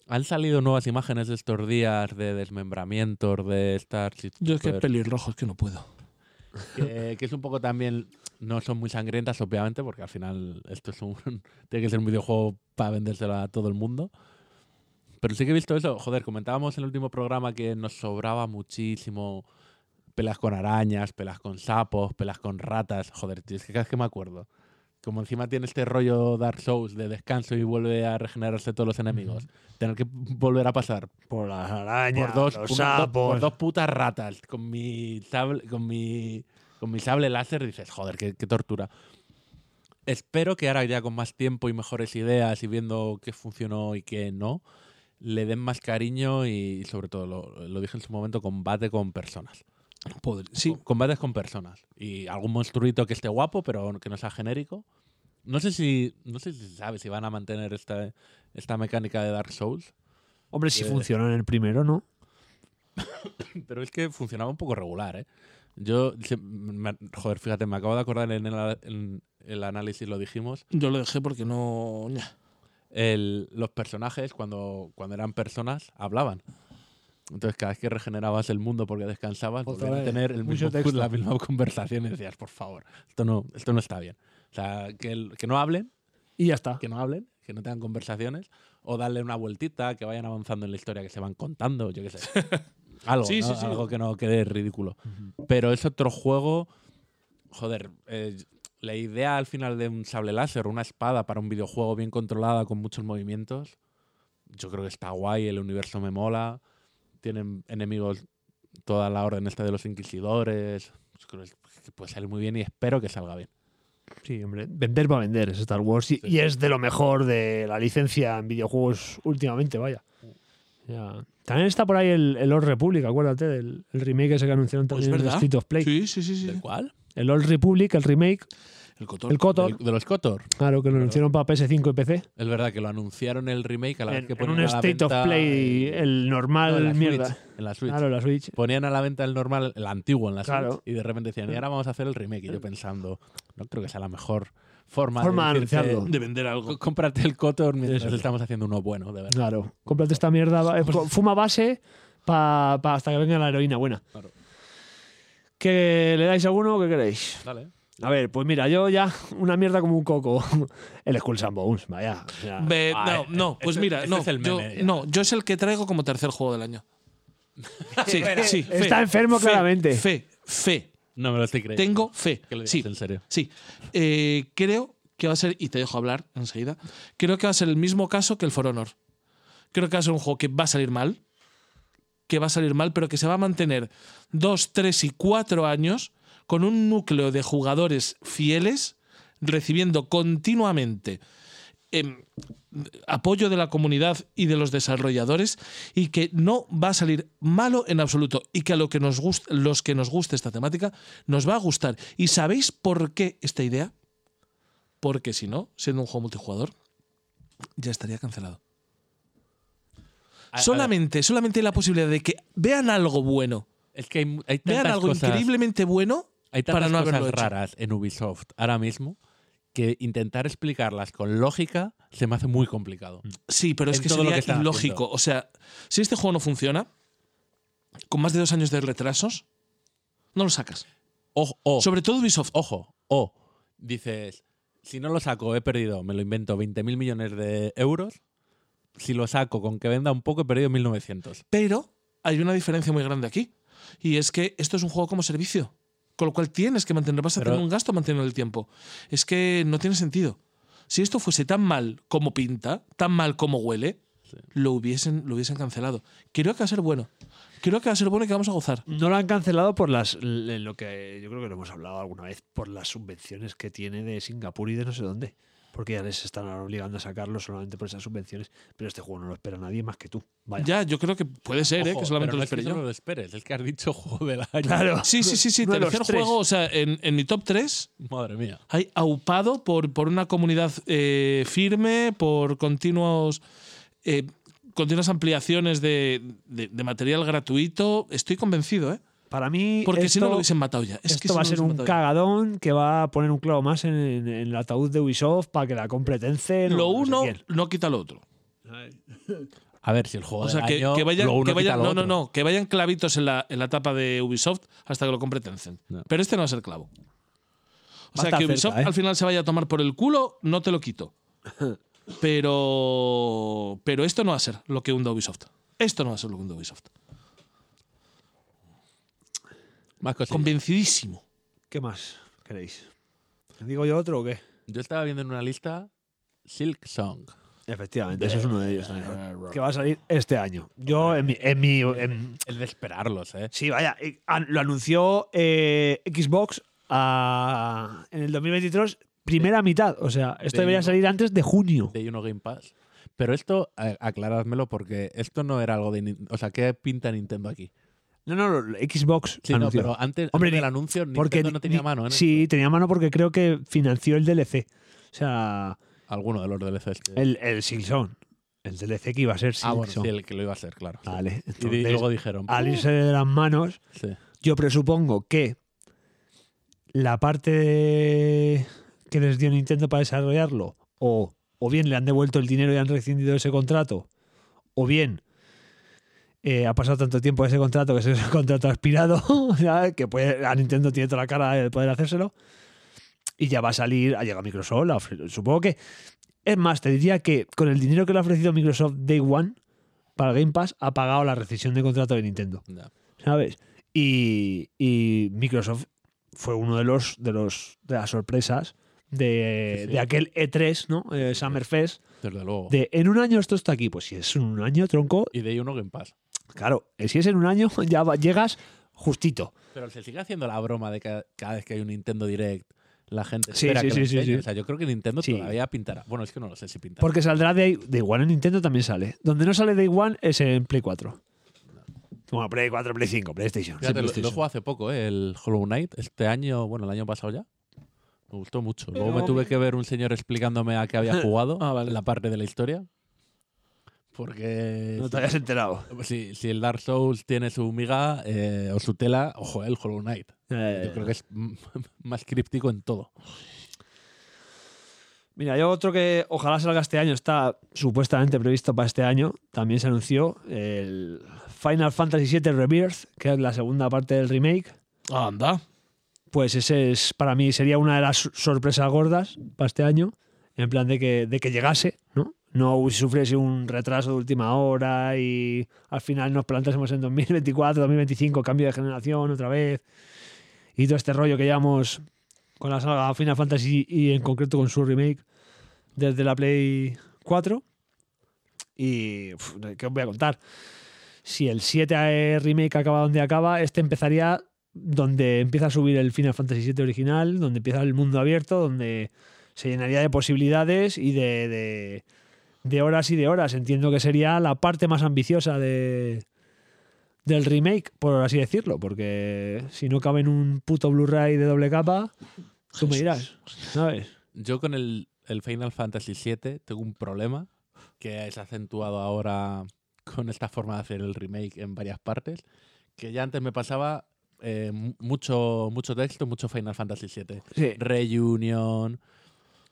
[SPEAKER 2] Han salido nuevas imágenes de estos días de desmembramientos de Starship
[SPEAKER 1] Yo es que
[SPEAKER 2] Trooper,
[SPEAKER 1] pelirrojo, es que no puedo.
[SPEAKER 2] que, que es un poco también... No son muy sangrientas, obviamente, porque al final esto es un... tiene que ser un videojuego para vendérselo a todo el mundo. Pero sí que he visto eso. Joder, comentábamos en el último programa que nos sobraba muchísimo pelas con arañas, pelas con sapos, pelas con ratas. Joder, tío, es que cada vez que me acuerdo. Como encima tiene este rollo Dark Souls de descanso y vuelve a regenerarse todos los enemigos. Tener que volver a pasar
[SPEAKER 3] por las arañas,
[SPEAKER 2] por dos,
[SPEAKER 3] los
[SPEAKER 2] por dos-
[SPEAKER 3] sapos.
[SPEAKER 2] por dos putas ratas con mi sable, con mi, con mi sable láser dices, joder, qué, qué tortura. Espero que ahora ya con más tiempo y mejores ideas y viendo qué funcionó y qué no, le den más cariño y sobre todo, lo, lo dije en su momento, combate con personas.
[SPEAKER 1] No puedo. Sí,
[SPEAKER 2] Co- Combates con personas. Y algún monstruito que esté guapo, pero que no sea genérico. No sé si, no sé si se sabe si van a mantener esta, esta mecánica de Dark Souls.
[SPEAKER 3] Hombre, si
[SPEAKER 2] Eh.
[SPEAKER 3] funcionó en el primero, ¿no?
[SPEAKER 2] Pero es que funcionaba un poco regular, ¿eh? Yo, se- me- joder, fíjate, me acabo de acordar en el, en el análisis, lo dijimos,
[SPEAKER 1] yo lo dejé porque no. ña.
[SPEAKER 2] el- los personajes cuando, cuando eran personas hablaban. Entonces cada vez que regenerabas el mundo porque descansabas,
[SPEAKER 3] Otra
[SPEAKER 2] volvían a
[SPEAKER 3] vez,
[SPEAKER 2] tener el
[SPEAKER 3] mucho
[SPEAKER 2] mismo,
[SPEAKER 3] texto.
[SPEAKER 2] la misma conversación y decías, por favor, esto no, esto no está bien. O sea, que, el- que no hablen,
[SPEAKER 3] Y ya está.
[SPEAKER 2] que no hablen, que no tengan conversaciones, o darle una vueltita, que vayan avanzando en la historia, que se van contando, yo qué sé. Algo,
[SPEAKER 1] Sí,
[SPEAKER 2] ¿no?
[SPEAKER 1] sí, sí.
[SPEAKER 2] algo que no quede ridículo. Pero es otro juego, joder, eh, la idea al final de un sable láser, una espada para un videojuego bien controlada con muchos movimientos, yo creo que está guay, el universo me mola, tienen enemigos toda la orden esta de los inquisidores, yo creo que puede salir muy bien y espero que salga bien.
[SPEAKER 3] Sí, hombre. Vender va a vender, es Star Wars. Y,
[SPEAKER 2] Sí.
[SPEAKER 3] y es de lo mejor de la licencia en videojuegos últimamente, vaya. Ya. También está por ahí el, el Old Republic, acuérdate, del el remake ese que anunciaron
[SPEAKER 1] Pues
[SPEAKER 3] también en el
[SPEAKER 1] verdad.
[SPEAKER 3] Street of Play.
[SPEAKER 1] Sí, sí, sí. sí.
[SPEAKER 2] ¿Del cuál?
[SPEAKER 3] El Old Republic, el remake,
[SPEAKER 1] El cotor.
[SPEAKER 3] el Cotor,
[SPEAKER 2] Del- De los Cotor.
[SPEAKER 3] claro, que lo anunciaron para PS5 y PC.
[SPEAKER 2] Es verdad que lo anunciaron el remake a la vez
[SPEAKER 3] En,
[SPEAKER 2] que
[SPEAKER 3] en un
[SPEAKER 2] ponían a la
[SPEAKER 3] State of
[SPEAKER 2] venta
[SPEAKER 3] Play, el normal,
[SPEAKER 2] no, en la
[SPEAKER 3] mierda.
[SPEAKER 2] Switch, en la Switch.
[SPEAKER 3] Claro, la Switch.
[SPEAKER 2] Ponían a la venta el normal, el antiguo en la
[SPEAKER 3] Claro.
[SPEAKER 2] Switch, y de repente decían, y ahora vamos a hacer el remake. Y yo pensando, no creo que sea la mejor forma,
[SPEAKER 3] Forma de
[SPEAKER 2] decirte,
[SPEAKER 3] anunciarlo.
[SPEAKER 1] De vender algo.
[SPEAKER 2] "C- Cómprate el Cotor mientras
[SPEAKER 3] Eso es.
[SPEAKER 2] estamos haciendo uno bueno, de verdad.
[SPEAKER 3] Claro, cómprate esta mierda, va- eh, fuma base pa, pa hasta que venga la heroína buena.
[SPEAKER 2] Claro.
[SPEAKER 3] ¿Que le dais alguno o qué queréis?
[SPEAKER 1] eh.
[SPEAKER 2] Dale.
[SPEAKER 3] A ver, pues mira, yo ya una mierda como un coco. El Skulls and Bones, vaya. o sea,
[SPEAKER 1] Ve-
[SPEAKER 2] Ah,
[SPEAKER 1] no,
[SPEAKER 2] eh,
[SPEAKER 1] no, pues
[SPEAKER 2] ese-
[SPEAKER 1] mira,
[SPEAKER 2] ese
[SPEAKER 1] no,
[SPEAKER 2] es el
[SPEAKER 1] yo,
[SPEAKER 2] meme, ya.
[SPEAKER 1] no, yo es el que traigo como tercer juego del año. Sí, sí, fe,
[SPEAKER 3] Está enfermo
[SPEAKER 1] fe,
[SPEAKER 3] claramente.
[SPEAKER 1] Fe, fe,
[SPEAKER 2] No me lo estoy creyendo.
[SPEAKER 1] tengo fe.
[SPEAKER 2] Que lo digas
[SPEAKER 1] Sí,
[SPEAKER 2] en serio.
[SPEAKER 1] sí. Eh, creo que va a ser, y te dejo hablar enseguida, creo que va a ser el mismo caso que el For Honor. Creo que va a ser un juego que va a salir mal, que va a salir mal, pero que se va a mantener dos, tres y cuatro años con un núcleo de jugadores fieles, recibiendo continuamente em, apoyo de la comunidad y de los desarrolladores y que no va a salir malo en absoluto y que a lo que nos gust- los que nos guste esta temática nos va a gustar. ¿Y sabéis por qué esta idea? Porque si no, siendo un juego multijugador, ya estaría cancelado.
[SPEAKER 2] A- a-
[SPEAKER 1] Ah, solamente, solamente hay la posibilidad de que vean algo bueno,
[SPEAKER 2] Es que hay, hay
[SPEAKER 1] vean
[SPEAKER 2] tantas
[SPEAKER 1] algo
[SPEAKER 2] cosas-
[SPEAKER 1] increíblemente bueno
[SPEAKER 2] Hay tantas
[SPEAKER 1] para no haberlo
[SPEAKER 2] cosas
[SPEAKER 1] hecho.
[SPEAKER 2] raras en Ubisoft ahora mismo que intentar explicarlas con lógica se me hace muy complicado.
[SPEAKER 1] Sí, pero es
[SPEAKER 2] en
[SPEAKER 1] que
[SPEAKER 2] todo lo
[SPEAKER 1] sería
[SPEAKER 2] que están
[SPEAKER 1] ilógico.
[SPEAKER 2] haciendo.
[SPEAKER 1] O sea, si este juego no funciona, con más de dos años de retrasos, no lo sacas.
[SPEAKER 2] Ojo, ojo.
[SPEAKER 1] Sobre todo Ubisoft.
[SPEAKER 2] ojo, o dices, si no lo saco, he perdido, me lo invento, 20.000 millones de euros. Si lo saco con que venda un poco, he perdido 1.900.
[SPEAKER 1] Pero hay una diferencia muy grande aquí. Y es que esto es un juego como servicio. Con lo cual tienes que mantener, vas a
[SPEAKER 2] Pero-
[SPEAKER 1] tener un gasto manteniendo el tiempo. Es que no tiene sentido. Si esto fuese tan mal como pinta, tan mal como huele, lo, hubiesen, lo hubiesen cancelado. Creo que va a ser bueno. Creo que va a ser bueno y que vamos a gozar.
[SPEAKER 3] No lo han cancelado por las. l- Lo que yo creo que lo hemos hablado alguna vez, por las subvenciones que tiene de Singapur y de no sé dónde. Porque ya les están ahora obligando a sacarlo solamente por esas subvenciones. Pero este juego no lo espera nadie más que tú. Vaya.
[SPEAKER 1] Ya, yo creo que puede ser, ¿eh?
[SPEAKER 2] Ojo,
[SPEAKER 1] que solamente lo
[SPEAKER 2] pero no es
[SPEAKER 1] espere
[SPEAKER 2] que
[SPEAKER 1] yo.
[SPEAKER 2] solo lo esperes, es que has dicho juego del año.
[SPEAKER 3] Claro.
[SPEAKER 1] Sí, sí, sí, sí.
[SPEAKER 3] Uno de los
[SPEAKER 1] Tercer
[SPEAKER 3] tres.
[SPEAKER 1] juego, o sea, en, en mi top 3
[SPEAKER 2] Madre mía.
[SPEAKER 1] hay aupado por, por una comunidad eh, firme, por continuos, eh, continuas ampliaciones de, de- de material gratuito. Estoy convencido, ¿eh?
[SPEAKER 3] Para mí.
[SPEAKER 1] Porque si no
[SPEAKER 3] esto-
[SPEAKER 1] lo hubiesen matado ya. Es que
[SPEAKER 3] esto va a
[SPEAKER 1] si no
[SPEAKER 3] ser
[SPEAKER 1] lo
[SPEAKER 3] un
[SPEAKER 1] hubiesen matado ya.
[SPEAKER 3] cagadón que va a poner un clavo más en, en el ataúd de Ubisoft para que la competencia.
[SPEAKER 1] Lo uno no quita lo otro.
[SPEAKER 2] A ver, si el juego
[SPEAKER 1] O sea,
[SPEAKER 2] del
[SPEAKER 1] que,
[SPEAKER 2] año,
[SPEAKER 1] que vayan,
[SPEAKER 2] lo uno
[SPEAKER 1] que vayan-
[SPEAKER 2] quita lo
[SPEAKER 1] no, no,
[SPEAKER 2] otro.
[SPEAKER 1] no, que vayan clavitos en la, en la tapa de Ubisoft hasta que lo compre Tencent.
[SPEAKER 2] No.
[SPEAKER 1] Pero este no es el clavo. O
[SPEAKER 3] Va a
[SPEAKER 1] sea,
[SPEAKER 3] estar
[SPEAKER 1] que Ubisoft
[SPEAKER 3] cerca, ¿eh?
[SPEAKER 1] al final se vaya a tomar por el culo, no te lo quito. Pero, pero esto no va a ser lo que hunda Ubisoft. Esto no va a ser lo que hunda Ubisoft.
[SPEAKER 2] Más cosas.
[SPEAKER 1] Convencidísimo.
[SPEAKER 3] ¿Qué más queréis? ¿Digo yo otro o qué?
[SPEAKER 2] Yo estaba viendo en una lista Silk Song. Eh,
[SPEAKER 3] Efectivamente, ese es uno de ellos también. Que va a salir este año. Yo, en mi. En mi en-
[SPEAKER 2] El de esperarlos, ¿eh?
[SPEAKER 3] sí, vaya. eh, an- Lo anunció eh, Xbox a- en el 2023, primera mitad. O sea, esto
[SPEAKER 2] de
[SPEAKER 3] debería
[SPEAKER 2] uno.
[SPEAKER 3] salir antes de junio.
[SPEAKER 2] De uno Game Pass. Pero esto, a- aclaradmelo, porque esto no era algo de. Nin- O sea, ¿qué pinta Nintendo aquí?
[SPEAKER 3] No, no, lo- Xbox.
[SPEAKER 2] Sí, no,
[SPEAKER 3] anunció.
[SPEAKER 2] pero antes,
[SPEAKER 3] Hombre,
[SPEAKER 2] antes del
[SPEAKER 3] ni-
[SPEAKER 2] anuncio, Nintendo
[SPEAKER 3] porque
[SPEAKER 2] no tenía
[SPEAKER 3] ni-
[SPEAKER 2] mano, ¿eh?
[SPEAKER 3] Sí, tenía mano porque creo que financió el DLC. O sea,
[SPEAKER 2] Alguno de los DLCs. que-
[SPEAKER 3] el, el Silksong. El DLC que iba a ser
[SPEAKER 2] ah, bueno, sí,
[SPEAKER 3] Silksong.
[SPEAKER 2] el que lo iba a hacer, claro.
[SPEAKER 3] Vale.
[SPEAKER 2] Y di-
[SPEAKER 3] entonces,
[SPEAKER 2] luego dijeron.
[SPEAKER 3] al irse de las manos,
[SPEAKER 2] Sí.
[SPEAKER 3] yo presupongo que la parte de- que les dio Nintendo para desarrollarlo, o, o bien le han devuelto el dinero y han rescindido ese contrato, o bien eh, ha pasado tanto tiempo ese contrato que ese es el contrato ha expirado, ya, que puede, a Nintendo tiene toda la cara de poder hacérselo, y ya va a salir, ha llegado Microsoft, la ofre- supongo que... Es más, te diría que con el dinero que le ha ofrecido Microsoft Day One para Game Pass, ha pagado la rescisión de contrato de Nintendo.
[SPEAKER 2] Ya.
[SPEAKER 3] ¿sabes? Y, y Microsoft fue uno de los de los de las sorpresas de,
[SPEAKER 2] Sí, sí.
[SPEAKER 3] de aquel E3, ¿no? Eh, Summerfest.
[SPEAKER 2] Desde luego.
[SPEAKER 3] De en un año esto está aquí. Pues si es en un año, tronco,
[SPEAKER 2] Y de uno Game Pass.
[SPEAKER 3] claro, eh, si es en un año, ya va- llegas justito.
[SPEAKER 2] Pero se sigue haciendo la broma de que cada vez que hay un Nintendo Direct, la gente
[SPEAKER 3] Sí,
[SPEAKER 2] espera
[SPEAKER 3] sí,
[SPEAKER 2] que
[SPEAKER 3] sí,
[SPEAKER 2] lo
[SPEAKER 3] sí,
[SPEAKER 2] enseñe.
[SPEAKER 3] sí.
[SPEAKER 2] O sea, yo creo que Nintendo
[SPEAKER 3] Sí.
[SPEAKER 2] todavía pintará. Bueno, es que no lo sé si pintará.
[SPEAKER 3] Porque saldrá de, de igual en Nintendo también sale. Donde no sale de igual es en Play 4. Bueno, Play 4, Play 5, PlayStation.
[SPEAKER 2] Fíjate,
[SPEAKER 3] sí,
[SPEAKER 2] lo, lo
[SPEAKER 3] PlayStation.
[SPEAKER 2] jugué hace poco, ¿eh? el Hollow Knight. Este año, bueno, el año pasado ya. Me gustó mucho. Luego
[SPEAKER 3] Pero-
[SPEAKER 2] me tuve que ver un señor explicándome a qué había jugado,
[SPEAKER 1] Ah, vale.
[SPEAKER 2] la parte de la historia. Porque
[SPEAKER 3] No te habías enterado.
[SPEAKER 2] si, si el Dark Souls tiene su miga eh, o su tela, ojo, el Hollow Knight. Yo creo que es m- más críptico en todo.
[SPEAKER 3] Mira, yo otro que ojalá salga este año, está supuestamente previsto para este año, también se anunció el Final Fantasy VII Rebirth, que es la segunda parte del remake.
[SPEAKER 1] Anda.
[SPEAKER 3] Pues ese es, para mí, sería una de las sorpresas gordas para este año, en plan de que, de que llegase, ¿no? No sufriese un retraso de última hora y al final nos plantásemos en 2024, 2025, cambio de generación otra vez y todo este rollo que llevamos con la saga Final Fantasy y en concreto con su remake desde la Play 4. Y uf, ¿qué os voy a contar? Si el 7 remake acaba donde acaba, este empezaría donde empieza a subir el Final Fantasy VII original, donde empieza el mundo abierto, donde se llenaría de posibilidades y de, de, de horas y de horas. Entiendo que sería la parte más ambiciosa de, del remake, por así decirlo, porque si no cabe en un puto Blu-ray de doble capa, tú me dirás, ¿sabes?
[SPEAKER 2] Yo con el, el Final Fantasy VII tengo un problema que es acentuado ahora con esta forma de hacer el remake en varias partes, que ya antes me pasaba eh, mu- mucho, mucho texto, mucho Final Fantasy VII.
[SPEAKER 3] Sí.
[SPEAKER 2] Reunion,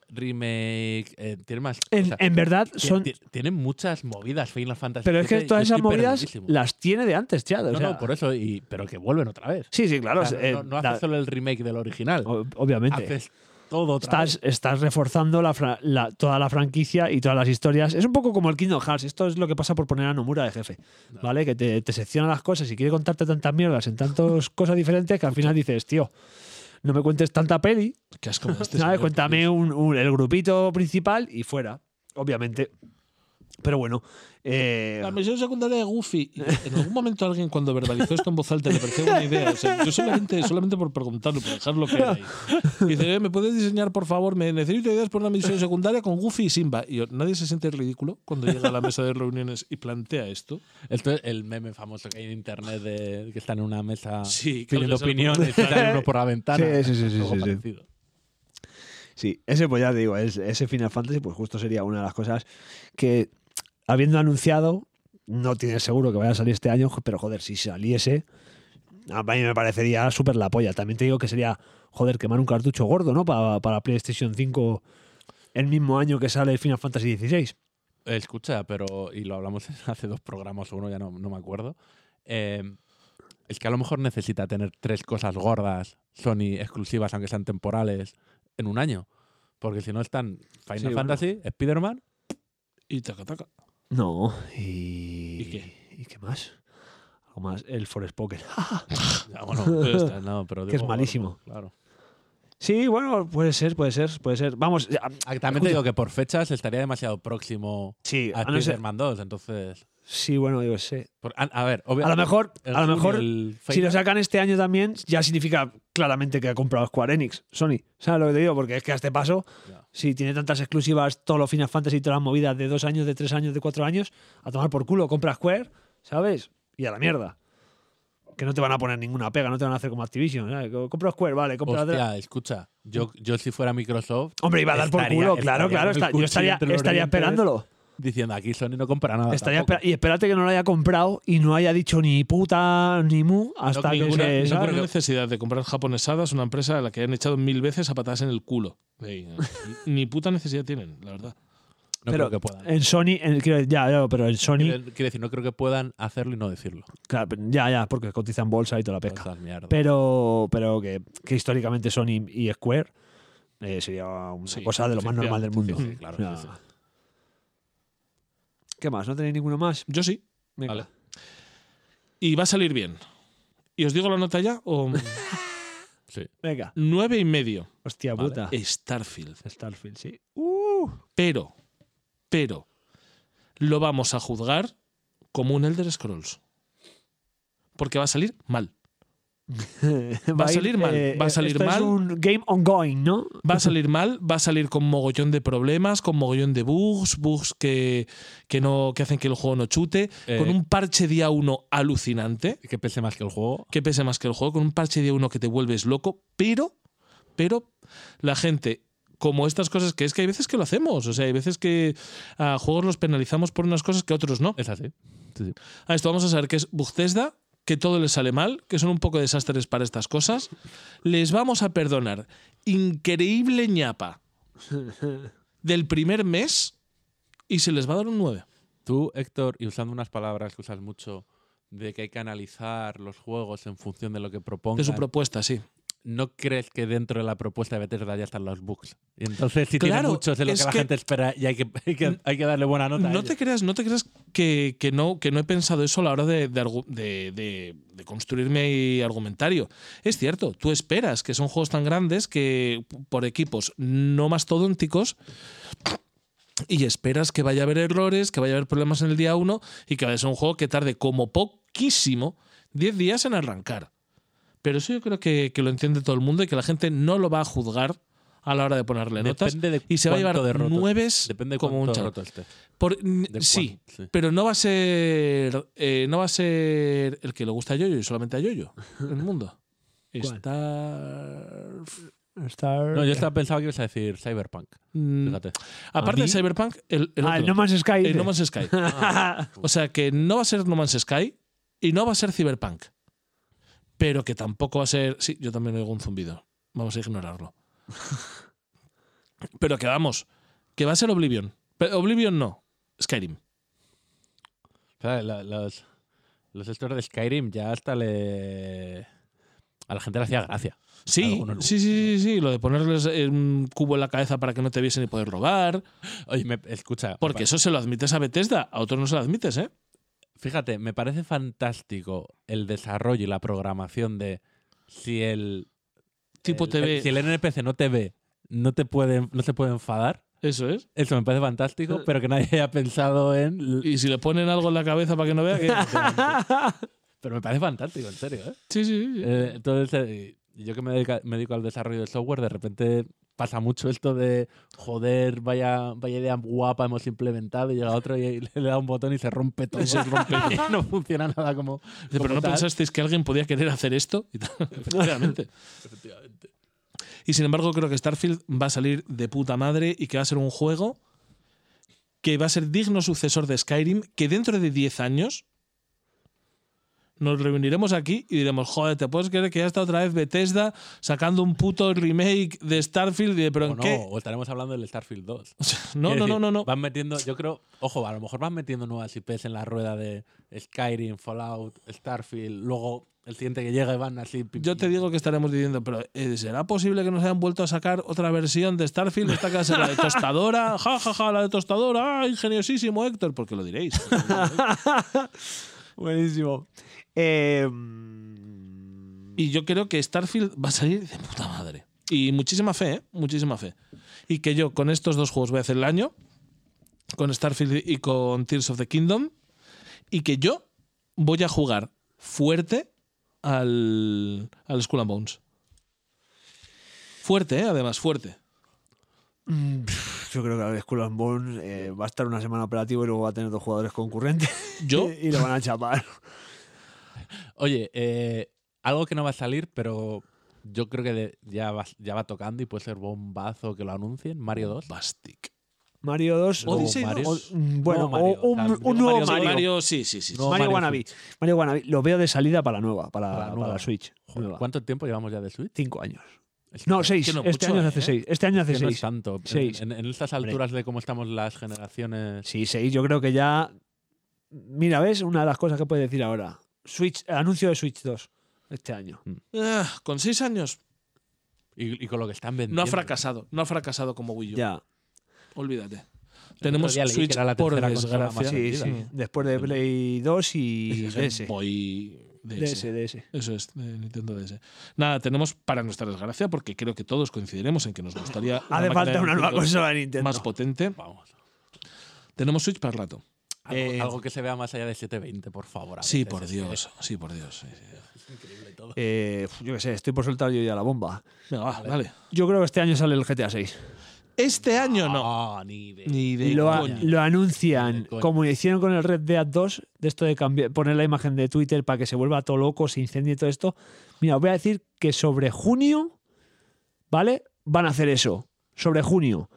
[SPEAKER 2] remake, eh, tiene más... o
[SPEAKER 3] En,
[SPEAKER 2] sea,
[SPEAKER 3] en verdad
[SPEAKER 2] ti-
[SPEAKER 3] son...
[SPEAKER 2] ti- tienen muchas movidas Final Fantasy
[SPEAKER 3] Pero es que
[SPEAKER 2] VII,
[SPEAKER 3] todas
[SPEAKER 2] yo
[SPEAKER 3] esas
[SPEAKER 2] estoy
[SPEAKER 3] movidas
[SPEAKER 2] perdidísimo.
[SPEAKER 3] las tiene de antes, ya. o
[SPEAKER 2] No, no,
[SPEAKER 3] sea-
[SPEAKER 2] por eso, y, pero que vuelven otra vez.
[SPEAKER 3] Sí, sí, claro.
[SPEAKER 2] O sea,
[SPEAKER 3] eh,
[SPEAKER 2] no no
[SPEAKER 3] la-
[SPEAKER 2] haces solo el remake del original,
[SPEAKER 3] ob- obviamente.
[SPEAKER 2] haces todo otra vez.
[SPEAKER 3] estás, estás reforzando la fra- la- toda la franquicia y todas las historias. Es un poco como el Kingdom Hearts. Esto es lo que pasa por poner a Nomura de jefe. ¿Vale? Que te, te secciona las cosas y quiere contarte tantas mierdas en tantas cosas diferentes que al final dices, tío, no me cuentes tanta peli.
[SPEAKER 1] Qué asco de este
[SPEAKER 3] ¿sabes?
[SPEAKER 1] señor,
[SPEAKER 3] Cuéntame un- un- el grupito principal y fuera. Obviamente. Pero bueno. eh,
[SPEAKER 1] La misión secundaria de Goofy. Y En algún momento alguien cuando verbalizó esto en voz alta le pareció una idea. O sea, yo solamente, solamente por preguntarlo, por dejarlo que ahí. Y dice, "Eh, ¿me puedes diseñar, por favor? Me necesito ideas por una misión secundaria con Goofy y Simba. Y yo, nadie se siente ridículo cuando llega a la mesa de reuniones y plantea esto.
[SPEAKER 2] Esto es el meme famoso que hay en internet de que están en una mesa
[SPEAKER 1] Sí, que
[SPEAKER 2] pidiendo
[SPEAKER 1] les sale
[SPEAKER 2] opiniones y sale uno por la
[SPEAKER 3] Sí,
[SPEAKER 2] ventana.
[SPEAKER 3] sí, sí, sí,
[SPEAKER 2] Algo
[SPEAKER 3] sí, sí.
[SPEAKER 2] parecido.
[SPEAKER 3] Sí, ese pues ya te digo, es- ese Final Fantasy pues justo sería una de las cosas que habiendo anunciado, no tienes seguro que vaya a salir este año, jo- pero joder, si saliese, a mí me parecería súper la polla. También te digo que sería, joder, quemar un cartucho gordo, ¿no? Para, para PlayStation 5 el mismo año que sale Final Fantasy XVI.
[SPEAKER 2] Eh, Escucha, pero, y lo hablamos hace dos programas o uno, ya no, no me acuerdo. eh, es que a lo mejor necesita tener tres cosas gordas, Sony exclusivas, aunque sean temporales, en un año. Porque si no están Final
[SPEAKER 3] Sí, bueno.
[SPEAKER 2] Fantasy, Spider-Man,
[SPEAKER 1] Y taca, taca.
[SPEAKER 3] No, y...
[SPEAKER 1] ¿Y qué?
[SPEAKER 3] ¿Y qué más? Algo más, el Poker.
[SPEAKER 2] ya, bueno, pero está- no, pero
[SPEAKER 3] Que
[SPEAKER 2] digo
[SPEAKER 3] es malísimo.
[SPEAKER 2] gordo, claro.
[SPEAKER 3] sí, bueno, puede ser, puede ser, puede ser. Vamos, ya,
[SPEAKER 2] Ah, También te digo que por fechas estaría demasiado próximo
[SPEAKER 3] sí,
[SPEAKER 2] a
[SPEAKER 3] a no ser-
[SPEAKER 2] Spider-Man 2, entonces...
[SPEAKER 3] sí, bueno, yo sé.
[SPEAKER 2] por- a, a ver,
[SPEAKER 3] A lo
[SPEAKER 2] obviamente...
[SPEAKER 3] mejor,
[SPEAKER 2] en
[SPEAKER 3] a lo
[SPEAKER 2] junio
[SPEAKER 3] mejor
[SPEAKER 2] el
[SPEAKER 3] Si lo
[SPEAKER 2] Fate-
[SPEAKER 3] sacan este año también, ya significa claramente que ha comprado Square Enix, Sony. ¿Sabes lo que te digo? Porque es que a este paso,
[SPEAKER 2] Ya.
[SPEAKER 3] si tiene tantas exclusivas, todos los Final Fantasy y todas las movidas de dos años, de tres años, de cuatro años, a tomar por culo, compra Square, ¿sabes? Y a la mierda. Que no te van a poner ninguna pega, no te van a hacer como Activision. ¿sabes? Co- Compra Square, vale, compra la otra.
[SPEAKER 2] Hostia, escucha, yo, yo si fuera Microsoft
[SPEAKER 3] Hombre, iba a dar por
[SPEAKER 2] Estaría-
[SPEAKER 3] culo, claro,
[SPEAKER 2] estaría
[SPEAKER 3] claro.
[SPEAKER 2] con el
[SPEAKER 3] está- yo
[SPEAKER 2] cuchillo
[SPEAKER 3] estaría,
[SPEAKER 2] entre los
[SPEAKER 3] estaría
[SPEAKER 2] dientes.
[SPEAKER 3] esperándolo.
[SPEAKER 2] diciendo aquí Sony no compra nada.
[SPEAKER 3] Estaría
[SPEAKER 2] tampoco".
[SPEAKER 3] espera- y espérate que no lo haya comprado y no haya dicho ni puta ni mu hasta que
[SPEAKER 1] ninguna,
[SPEAKER 3] se.
[SPEAKER 1] ninguna
[SPEAKER 3] ¿sabes?
[SPEAKER 1] necesidad de comprar japonesadas una empresa a la que han echado mil veces a patadas en el culo. Sí, ni- ni puta necesidad tienen, la verdad.
[SPEAKER 2] No
[SPEAKER 3] pero
[SPEAKER 2] creo que puedan.
[SPEAKER 3] En Sony, en- quiero- ya, ya, pero en Sony,
[SPEAKER 2] Quiero quiero decir, no creo que puedan hacerlo y no decirlo.
[SPEAKER 3] claro, pero ya, ya, porque cotizan bolsa y toda la pesca.
[SPEAKER 2] Estas mierdas.
[SPEAKER 3] Pero, pero que, que históricamente Sony y Square eh, sería una
[SPEAKER 1] Sí,
[SPEAKER 3] cosa de lo más normal del mundo.
[SPEAKER 2] sí, sí, claro,
[SPEAKER 3] O sea,
[SPEAKER 2] sí,
[SPEAKER 3] ¿Qué más? ¿No tenéis ninguno más?
[SPEAKER 1] Yo sí.
[SPEAKER 3] Venga.
[SPEAKER 1] Vale. Y va a salir bien. ¿Y os digo la nota ya? O
[SPEAKER 2] Sí.
[SPEAKER 3] Venga.
[SPEAKER 1] nueve y medio.
[SPEAKER 3] Hostia
[SPEAKER 2] Vale.
[SPEAKER 3] puta.
[SPEAKER 1] Eh. Starfield.
[SPEAKER 3] Starfield, sí.
[SPEAKER 1] Pero, pero, lo vamos a juzgar como un Elder Scrolls. Porque va a salir mal.
[SPEAKER 3] va
[SPEAKER 1] a
[SPEAKER 3] ir,
[SPEAKER 1] salir mal, va a salir
[SPEAKER 3] eh, esto
[SPEAKER 1] mal.
[SPEAKER 3] Es un game ongoing, ¿no?
[SPEAKER 1] Va a salir mal, va a salir con mogollón de problemas, con mogollón de bugs, bugs que, que no, que hacen que el juego no chute,
[SPEAKER 2] Eh.
[SPEAKER 1] con un parche día 1 alucinante,
[SPEAKER 2] Que pese más que el juego.
[SPEAKER 1] que pese más que el juego, con un parche día 1 que te vuelves loco, pero, pero la gente, como estas cosas, que es que hay veces que lo hacemos, o sea, hay veces que a juegos los penalizamos por unas cosas que a otros no.
[SPEAKER 2] Es así. Sí, sí.
[SPEAKER 1] A esto vamos a saber que es Bugtesda, que todo les sale mal, que son un poco desastres para estas cosas. Les vamos a perdonar. Increíble ñapa del primer mes y se les va a dar un 9.
[SPEAKER 2] Tú, Héctor, y usando unas palabras que usas mucho de que hay que analizar los juegos en función de lo que
[SPEAKER 1] De
[SPEAKER 2] propongan,
[SPEAKER 1] su propuesta, sí.
[SPEAKER 2] ¿no crees que dentro de la propuesta de Bethesda ya están los bugs? Y entonces, si tiene
[SPEAKER 1] Claro,
[SPEAKER 2] muchos de lo que
[SPEAKER 1] es
[SPEAKER 2] la
[SPEAKER 1] que-
[SPEAKER 2] gente espera y hay que, hay que, hay que darle buena nota. a
[SPEAKER 1] No
[SPEAKER 2] ellos.
[SPEAKER 1] te creas, no te creas que, que no, que no he pensado eso a la hora de, de argu- de- de- de construirme y argumentario. Es cierto, tú esperas que son juegos tan grandes que p- por equipos no mastodónticos y esperas que vaya a haber errores, que vaya a haber problemas en el día uno y que vaya a ser un juego que tarde como poquísimo 10 días en arrancar. Pero eso yo creo que, que lo entiende todo el mundo y que la gente no lo va a juzgar a la hora de ponerle notas
[SPEAKER 2] Depende de
[SPEAKER 1] y se va a llevar
[SPEAKER 2] cuánto de roto-
[SPEAKER 1] nueves
[SPEAKER 2] Depende de
[SPEAKER 1] como un este.
[SPEAKER 2] cuánto
[SPEAKER 1] chaval.
[SPEAKER 2] roto esté.
[SPEAKER 1] Por- n-
[SPEAKER 2] De
[SPEAKER 1] sí,
[SPEAKER 2] cuán- sí.
[SPEAKER 1] pero no va a ser. eh, no va a ser el que le gusta a Yoyo y solamente a Yoyo en el mundo.
[SPEAKER 3] ¿Cuál?
[SPEAKER 1] Starf-
[SPEAKER 3] Star...
[SPEAKER 2] No, yo estaba pensando que ibas a decir Cyberpunk.
[SPEAKER 1] Mm,
[SPEAKER 2] Fíjate.
[SPEAKER 1] Aparte de
[SPEAKER 3] mí?
[SPEAKER 1] Cyberpunk, el, el
[SPEAKER 3] ah, el
[SPEAKER 1] otro,
[SPEAKER 3] No Man's Sky.
[SPEAKER 1] el
[SPEAKER 3] dice.
[SPEAKER 1] No Man's Sky. O sea que no va a ser No Man's Sky y no va a ser Cyberpunk. Pero que tampoco va a ser. Sí, yo también oigo un zumbido. Vamos a ignorarlo. Pero que vamos, que va a ser Oblivion. Pero Oblivion no, Skyrim.
[SPEAKER 2] O sea, la- los, los estos de Skyrim ya hasta le. A la gente le hacía gracia.
[SPEAKER 1] Sí,
[SPEAKER 2] Alguno no.
[SPEAKER 1] sí, sí, sí, sí, lo de ponerles eh, un cubo en la cabeza para que no te viesen y poder robar,
[SPEAKER 2] Oye, me- escucha.
[SPEAKER 1] porque
[SPEAKER 2] me
[SPEAKER 1] eso se lo admites a Bethesda, a otros no se lo admites, ¿eh?
[SPEAKER 2] pa- Fíjate, me parece fantástico el desarrollo y la programación de si el.
[SPEAKER 1] Tipo pues
[SPEAKER 2] el-
[SPEAKER 1] te
[SPEAKER 2] el-
[SPEAKER 1] ve,
[SPEAKER 2] si el NPC no te ve, no, te puede, no se puede enfadar.
[SPEAKER 1] eso es.
[SPEAKER 2] Eso me parece fantástico, pero que nadie haya pensado en. l-
[SPEAKER 1] Y si le ponen algo en la cabeza para que no vea, que...
[SPEAKER 2] Pero me parece fantástico, en serio, ¿eh?
[SPEAKER 1] Sí, sí, sí.
[SPEAKER 2] Eh, entonces, eh, yo que me dedica- me dedico, al desarrollo de software, de repente pasa mucho esto de joder, vaya, vaya idea guapa hemos implementado y llega otro y le, le da un botón y se rompe todo.
[SPEAKER 1] Se rompe.
[SPEAKER 2] Y no funciona nada como.
[SPEAKER 1] Dice, Pero
[SPEAKER 2] como
[SPEAKER 1] no
[SPEAKER 2] tal.
[SPEAKER 1] pensasteis que alguien podía querer hacer esto, Y tal. efectivamente.
[SPEAKER 2] Efectivamente.
[SPEAKER 1] Y sin embargo, creo que Starfield va a salir de puta madre y que va a ser un juego que va a ser digno sucesor de Skyrim, que dentro de 10 años nos reuniremos aquí y diremos, joder, ¿te puedes creer que ya está otra vez Bethesda sacando un puto remake de Starfield? Y de, ¿Pero
[SPEAKER 2] O
[SPEAKER 1] en
[SPEAKER 2] no,
[SPEAKER 1] qué?
[SPEAKER 2] o estaremos hablando del Starfield 2.
[SPEAKER 1] No, no,
[SPEAKER 2] Quiero decir,
[SPEAKER 1] no, no, no.
[SPEAKER 2] Van metiendo, yo creo, ojo, a lo mejor van metiendo nuevas IPs en la rueda de Skyrim, Fallout, Starfield, luego el siguiente que llega y van así. pim,
[SPEAKER 1] Yo te
[SPEAKER 2] pim.
[SPEAKER 1] digo que estaremos diciendo, pero eh, ¿será posible que nos hayan vuelto a sacar otra versión de Starfield? Esta que va a ser la de tostadora, ja, ja, ja, la de tostadora, ah, ingeniosísimo Héctor, porque lo diréis.
[SPEAKER 3] Buenísimo. Eh, mm,
[SPEAKER 1] Y yo creo que Starfield va a salir de puta madre. Y muchísima fe, ¿eh? Muchísima fe. Y que yo con estos dos juegos voy a hacer el año, con Starfield y con Tears of the Kingdom, y que yo voy a jugar fuerte al, al Skull and Bones. Fuerte, ¿eh? Además, fuerte.
[SPEAKER 3] mm, pf, yo creo que el Skull and Bones eh, va a estar una semana operativo y luego va a tener dos jugadores concurrentes
[SPEAKER 1] Yo,
[SPEAKER 3] y lo van a chapar.
[SPEAKER 2] Oye, eh, algo que no va a salir, pero yo creo que de- ya, va, ya va tocando y puede ser bombazo que lo anuncien, Mario 2.
[SPEAKER 1] Bastic.
[SPEAKER 3] Mario 2.
[SPEAKER 2] Luego
[SPEAKER 1] Odyssey
[SPEAKER 2] Mario-
[SPEAKER 1] dos.
[SPEAKER 3] o- mm, bueno,
[SPEAKER 2] Nuevo Mario,
[SPEAKER 3] o un,
[SPEAKER 2] o sea,
[SPEAKER 3] un nuevo
[SPEAKER 1] Sí,
[SPEAKER 3] Mario. Mario,
[SPEAKER 1] Mario, sí, sí, sí. sí.
[SPEAKER 2] No, Mario
[SPEAKER 3] Wannabe. Mario Wannabe. Lo veo de salida para la nueva, para,
[SPEAKER 2] Para la
[SPEAKER 3] para
[SPEAKER 2] nueva.
[SPEAKER 3] la Switch.
[SPEAKER 2] Joder,
[SPEAKER 3] nueva.
[SPEAKER 2] ¿Cuánto tiempo llevamos ya de Switch?
[SPEAKER 3] Cinco años.
[SPEAKER 2] Es
[SPEAKER 3] No,
[SPEAKER 2] que-
[SPEAKER 3] seis.
[SPEAKER 1] que no
[SPEAKER 3] este
[SPEAKER 1] mucho,
[SPEAKER 3] año hace
[SPEAKER 1] ¿eh?
[SPEAKER 3] seis. Este año hace
[SPEAKER 2] que no es
[SPEAKER 3] seis.
[SPEAKER 2] tanto. En-
[SPEAKER 3] Seis.
[SPEAKER 2] En, en estas
[SPEAKER 3] Hombre.
[SPEAKER 2] alturas de cómo estamos las generaciones.
[SPEAKER 3] Sí, seis. Yo creo que ya. Mira, ¿ves? Una de las cosas que puedes decir ahora. Switch, anuncio de Switch 2 este año.
[SPEAKER 1] Ah, con seis años
[SPEAKER 2] Y, y con lo que están vendiendo.
[SPEAKER 1] no ha fracasado. No ha fracasado como Wii U.
[SPEAKER 3] Ya.
[SPEAKER 1] Olvídate.
[SPEAKER 2] otro
[SPEAKER 1] Tenemos
[SPEAKER 2] día leí que
[SPEAKER 1] Switch
[SPEAKER 2] era la
[SPEAKER 1] por
[SPEAKER 2] tercera consola más Mm.
[SPEAKER 1] desgracia.
[SPEAKER 3] Sí, sí.
[SPEAKER 2] vendida.
[SPEAKER 3] Después de Play 2 y DS.
[SPEAKER 1] Boy
[SPEAKER 3] DS, DS.
[SPEAKER 1] Eso es, de Nintendo DS. Nada, tenemos para nuestra desgracia, porque creo que todos coincidiremos en que nos gustaría.
[SPEAKER 3] Hace
[SPEAKER 1] máquina
[SPEAKER 3] falta
[SPEAKER 1] de
[SPEAKER 3] una nueva
[SPEAKER 1] Nintendo
[SPEAKER 3] consola de Nintendo.
[SPEAKER 1] Más potente.
[SPEAKER 2] Vamos.
[SPEAKER 1] Tenemos Switch para rato.
[SPEAKER 2] Algo,
[SPEAKER 3] Eh,
[SPEAKER 2] algo que se vea más allá de 720, por favor. eh. a
[SPEAKER 1] Sí,
[SPEAKER 2] veces,
[SPEAKER 1] por
[SPEAKER 2] es que
[SPEAKER 1] Dios. Sí, por Dios. sí, sí.
[SPEAKER 2] es increíble todo.
[SPEAKER 3] Eh, yo qué sé, estoy por soltar yo ya la bomba.
[SPEAKER 1] Venga, va, dale.
[SPEAKER 3] Yo creo que este año sale el GTA 6.
[SPEAKER 1] Este año no.
[SPEAKER 2] Ah, ni de-
[SPEAKER 1] Ni de
[SPEAKER 3] Lo, a-
[SPEAKER 1] coña.
[SPEAKER 3] lo anuncian,
[SPEAKER 2] De coña.
[SPEAKER 3] como hicieron con el Red Dead 2, de esto de cambiar, poner la imagen de Twitter para que se vuelva todo loco, se incendie y todo esto. Mira, os voy a decir que sobre junio, ¿vale? Van a hacer eso. Sobre junio.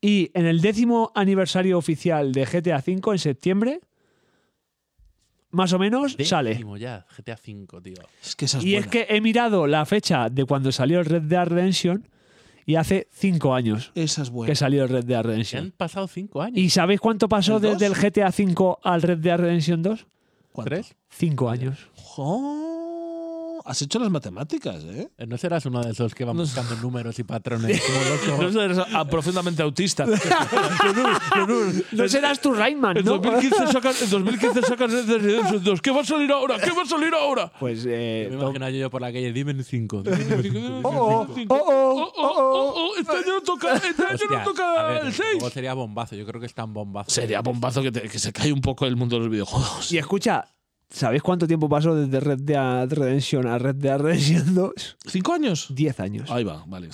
[SPEAKER 3] Y en el décimo aniversario oficial de GTA V, en septiembre, más o menos, sale.
[SPEAKER 2] Décimo ya, GTA V, tío.
[SPEAKER 1] Es que esa es
[SPEAKER 3] Y es
[SPEAKER 1] buena.
[SPEAKER 3] que he mirado la fecha de cuando salió el Red Dead Redemption y hace cinco años
[SPEAKER 1] Esa es buena.
[SPEAKER 3] que salió el Red Dead
[SPEAKER 2] Se
[SPEAKER 3] Redemption.
[SPEAKER 2] han pasado cinco años.
[SPEAKER 3] ¿Y sabéis cuánto pasó
[SPEAKER 1] ¿El
[SPEAKER 3] desde el
[SPEAKER 1] dos?
[SPEAKER 3] GTA V al Red Dead Redemption 2?
[SPEAKER 1] ¿Cuánto?
[SPEAKER 2] ¿Tres?
[SPEAKER 3] Cinco años.
[SPEAKER 1] Jo, Has hecho las matemáticas, ¿eh?
[SPEAKER 2] Eh, ¿No serás uno de esos que van buscando números y patrones como loco?
[SPEAKER 1] No eres ah, profundamente autista.
[SPEAKER 3] No serás tu Rayman,
[SPEAKER 1] En
[SPEAKER 3] ¿no?
[SPEAKER 1] 2015 sacan, en 2015 sacan Red Dead Redemption 2. ¿Qué va a salir ahora? ¿Qué va a salir ahora?
[SPEAKER 3] Pues eh,
[SPEAKER 2] Me imagino yo por la calle, dime en cinco. dime en cinco".
[SPEAKER 3] Oh, oh, oh, oh, oh, oh.
[SPEAKER 1] este año no toca, este año
[SPEAKER 2] Hostia,
[SPEAKER 1] no toca
[SPEAKER 2] a ver,
[SPEAKER 1] el
[SPEAKER 2] luego
[SPEAKER 1] 6.
[SPEAKER 2] sería bombazo, yo creo que es tan bombazo.
[SPEAKER 1] Sería bombazo que, te- que se cae un poco el mundo de los videojuegos.
[SPEAKER 3] Y escucha, ¿sabéis cuánto tiempo pasó desde Red Dead Redemption a Red Dead Redemption 2?
[SPEAKER 1] ¿Cinco años?
[SPEAKER 3] Diez años.
[SPEAKER 1] Ahí va, vale.